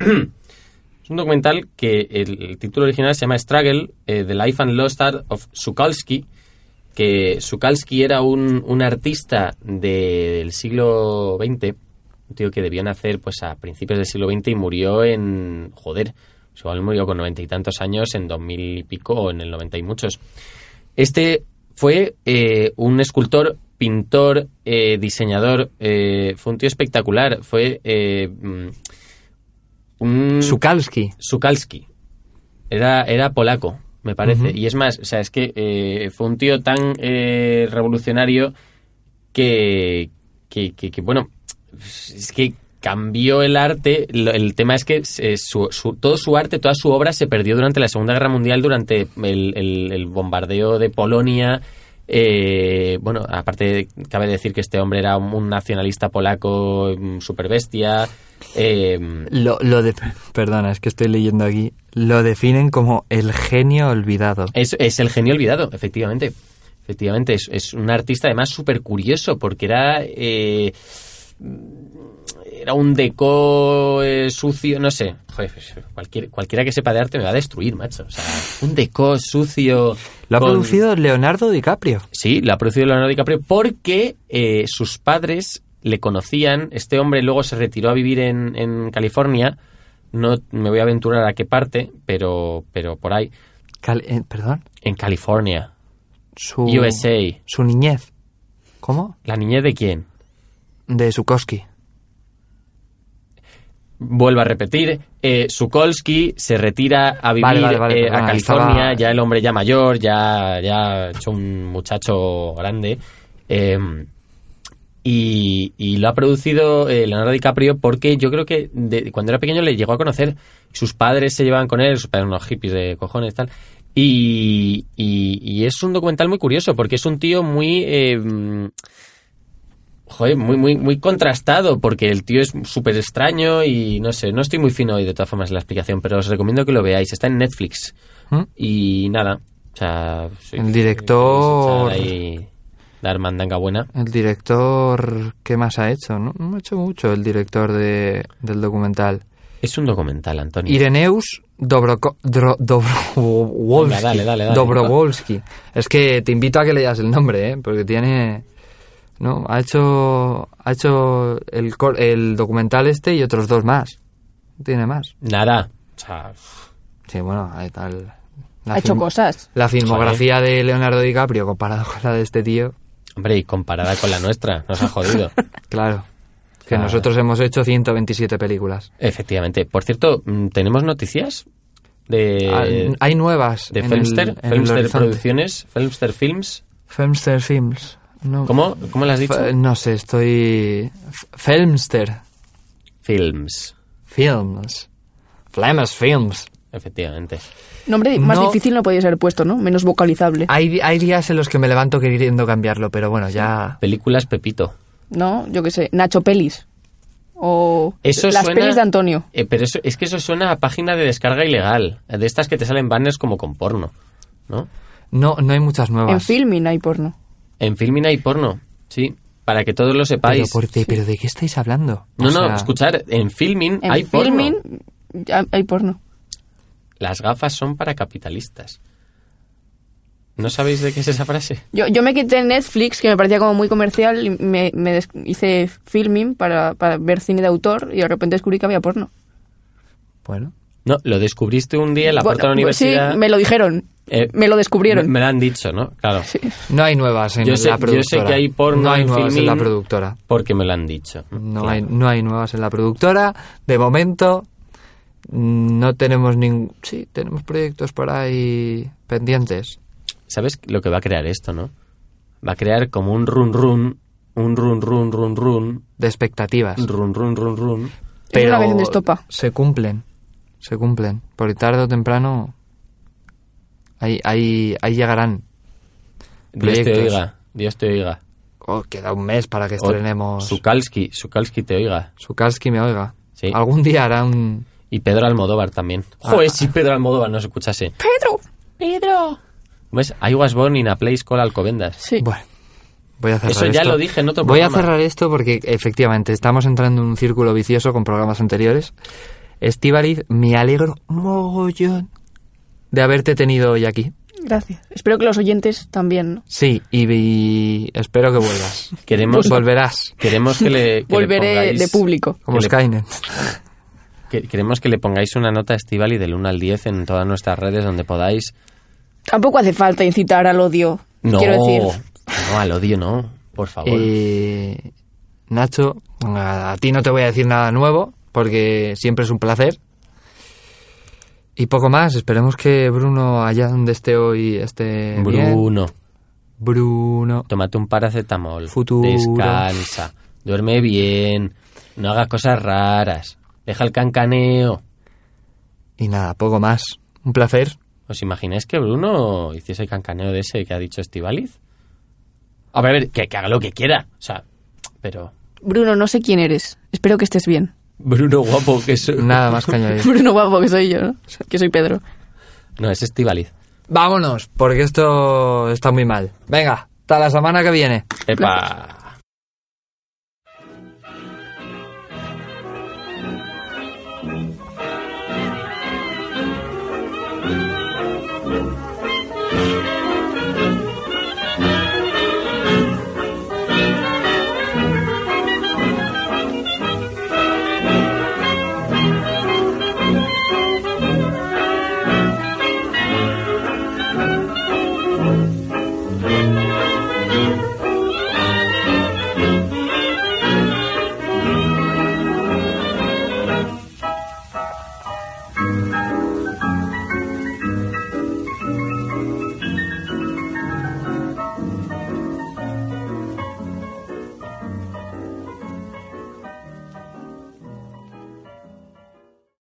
B: es un documental que el, el título original se llama Struggle, eh, The Life and Lost Art of Sukalski, que Sukalski era un, un artista de- del siglo XX, un tío que debió nacer pues a principios del siglo XX y murió en... joder, pues igual murió con noventa y tantos años en dos mil y pico o en el noventa y muchos. Este fue eh, un escultor, pintor, eh, diseñador, eh, fue un tío espectacular, fue eh, mm, un...
A: Sukalski.
B: Sukalski. Era, era polaco, me parece.
A: Ujú.
B: Y es más, o sea, es que eh, fue un tío tan eh, revolucionario que, que, que- que, bueno, es que cambió el arte. Lo- El tema es que se- su- su- todo su arte, toda su obra se perdió durante la Segunda Guerra Mundial, durante el, el- el bombardeo de Polonia. Eh, bueno, aparte cabe decir que este hombre era un, un nacionalista polaco mm, Eh, super bestia.
A: Lo, lo de... Perdona, es que estoy leyendo aquí. Lo definen como el genio olvidado.
B: Es, es el genio olvidado, efectivamente. Efectivamente, es, es un artista además súper curioso porque era... eh, era un deco eh, sucio, no sé. Joder, pues, cualquier- cualquiera que sepa de arte me va a destruir, macho. O sea, un deco sucio...
A: Lo ha
B: con-
A: producido Leonardo DiCaprio.
B: Sí, la ha producido Leonardo DiCaprio porque eh, sus padres le conocían. Este hombre luego se retiró a vivir en, en California. No me voy a aventurar a qué parte, pero, pero por ahí.
A: Cal- eh, perdón.
B: En California.
A: Su...
B: USA.
A: Su niñez. ¿Cómo?
B: ¿La niñez de quién?
A: De Sukoski.
B: Vuelvo a repetir, eh, Sukolsky se retira a vivir
A: Vale, vale, vale,
B: eh, a
A: perdona,
B: California,
A: estaba-
B: ya el hombre ya mayor, ya, ya hecho un muchacho grande. eh, y, y lo ha producido eh, Leonardo DiCaprio porque yo creo que de- cuando era pequeño le llegó a conocer, sus padres se llevaban con él, sus padres eran unos hippies de cojones tal. Y, y- y es un documental muy curioso porque es un tío muy... eh, Joder, muy, muy, muy contrastado, porque el tío es súper extraño y no sé, no estoy muy fino hoy de todas formas en la explicación, pero os recomiendo que lo veáis. Está en Netflix.
A: ¿Mm?
B: Y nada, o sea... soy-
A: El director-
B: soy ahí Dar mandanga buena.
A: El director... ¿Qué más ha hecho? No, no ha hecho mucho el director de, del documental.
B: Es un documental, Antonio.
A: Ireneus Dobroko, Dro- Dobrowolski.
B: Venga, dale, dale, dale.
A: Dobrowolski. Es que te invito a que leas el nombre, ¿eh? porque tiene... No, ha hecho, ha hecho el, cor- el documental este y otros dos más. Tiene más.
B: Nada, o sea...
A: Sí, bueno, ahí tal. La
C: Ha hecho
A: film-
C: cosas.
A: La filmografía de Leonardo DiCaprio comparado con la de este tío,
B: Hombre, y comparada con la nuestra, nos ha jodido.
A: claro. Que
B: Claro.
A: nosotros hemos hecho 127 películas.
B: Efectivamente. Por cierto, mm, ¿tenemos noticias? De...
A: Al- Hay nuevas.
B: Eh, de
A: en el-
B: Filmster,
A: en el
B: Filmster
A: horizonte.
B: Producciones, Filmster Films.
A: Filmster Films. No.
B: ¿Cómo, cómo lo has dicho?
A: Fe- No sé, estoy. F- Filmster.
B: Films,
A: Films. Flames Films.
B: efectivamente.
C: Nombre más
A: No. Ah.
C: difícil no podía ser puesto, ¿no? Menos vocalizable.
A: Hay, hay días en los que me levanto queriendo cambiarlo, pero bueno, ya.
B: Películas Pepito.
C: ¿No? Yo qué sé. Nacho Pelis. O
B: Eso
C: las
B: suena-
C: pelis de Antonio.
B: Eh, pero eso, es que eso suena a página de descarga ilegal, de estas que te salen banners como con porno, ¿no?
A: No, no hay muchas nuevas.
C: En filming hay porno.
B: En Filmina hay porno, sí, para que todos lo
A: Pero,
B: sepáis.
A: ¿por qué? ¿Pero de qué estáis hablando?
B: No,
A: O
B: no,
A: sea,
B: escuchar, en Filmin
C: En
B: hay porno.
C: filming hay porno.
B: Las gafas son para capitalistas. ¿No sabéis de qué es esa frase?
C: Yo, yo me quité Netflix, que me parecía como muy comercial, y me, me des- hice filming para, para ver cine de autor y de repente descubrí que había porno.
A: Bueno.
B: No, lo descubriste un día en la
C: Bueno,
B: puerta de la
C: pues
B: universidad.
C: Sí, me lo dijeron.
B: Eh,
C: me lo descubrieron.
B: Me lo han dicho, ¿no? Claro.
C: Sí.
A: No hay nuevas en
B: Yo sé-
A: la
B: yo sé
A: productora.
B: que hay porno
A: No hay
B: en
A: nuevas en la
B: Filmin.
A: productora.
B: Porque me lo han dicho.
A: No,
B: Claro.
A: hay, no hay nuevas en la productora. De momento mm, no tenemos ningún... Sí, tenemos proyectos por ahí pendientes.
B: ¿Sabes lo que va a crear esto, no? Va a crear como un run run, un run run run run,
A: De expectativas.
B: run run run run.
C: Es una canción de estopa.
A: se cumplen. Se cumplen. Porque tarde o temprano ahí, ahí, ahí llegarán.
B: Dios te
A: Proyectos.
B: oiga, Dios te oiga.
A: Oh, queda un mes para que
B: O-
A: estrenemos...
B: Sukalski, Sukalski te oiga.
A: Sukalski me oiga.
B: Sí.
A: Algún día hará un...
B: Y Pedro Almodóvar también.
C: Ah.
B: Joder, si Pedro Almodóvar nos escuchase.
C: Pedro, Pedro.
B: ¿Ves? I was born in a place called Alcobendas.
C: Sí.
A: Bueno, voy a cerrar
B: Eso ya
A: esto.
B: lo dije en otro
A: Voy a
B: programa.
A: cerrar esto porque efectivamente estamos entrando en un círculo vicioso con programas anteriores. Estivaliz, me alegro mogollón de haberte tenido hoy aquí.
C: Gracias. Espero que los oyentes también. ¿no?
A: Sí, y, y espero que vuelvas.
B: Queremos,
A: Volverás,
B: queremos que le, que le
C: Pues Volveré
B: pongáis-
C: de público.
A: como
B: Que le-
A: Skynet.
B: que- queremos que le pongáis una nota estival y del 1 al 10 en todas nuestras redes donde podáis.
C: Tampoco hace falta incitar al odio.
B: No,
C: Quiero decir,
B: no, al odio no, por favor.
A: Eh, Nacho, a ti no te voy a decir nada nuevo porque siempre es un placer. Y poco más, esperemos que Bruno, allá donde esté hoy, esté bien.
B: Bruno,
A: Bruno.
B: tómate un paracetamol.
A: Futuro.
B: Descansa. Duerme bien. No hagas cosas raras. Deja el cancaneo.
A: Y nada, poco más. Un placer.
B: ¿Os imagináis que Bruno hiciese el cancaneo de ese que ha dicho Estivaliz? A ver, a ver, que, que haga lo que quiera. O sea, pero.
C: Bruno, no sé quién eres. Espero que estés bien.
B: Bruno guapo, que es.
A: Nada más que
B: Eh.
A: añadir.
C: Bruno guapo que soy yo, ¿no? Que soy Pedro.
B: No, es Estivaliz.
A: Vámonos, porque esto está muy mal. Venga, hasta la semana que viene.
B: Epa.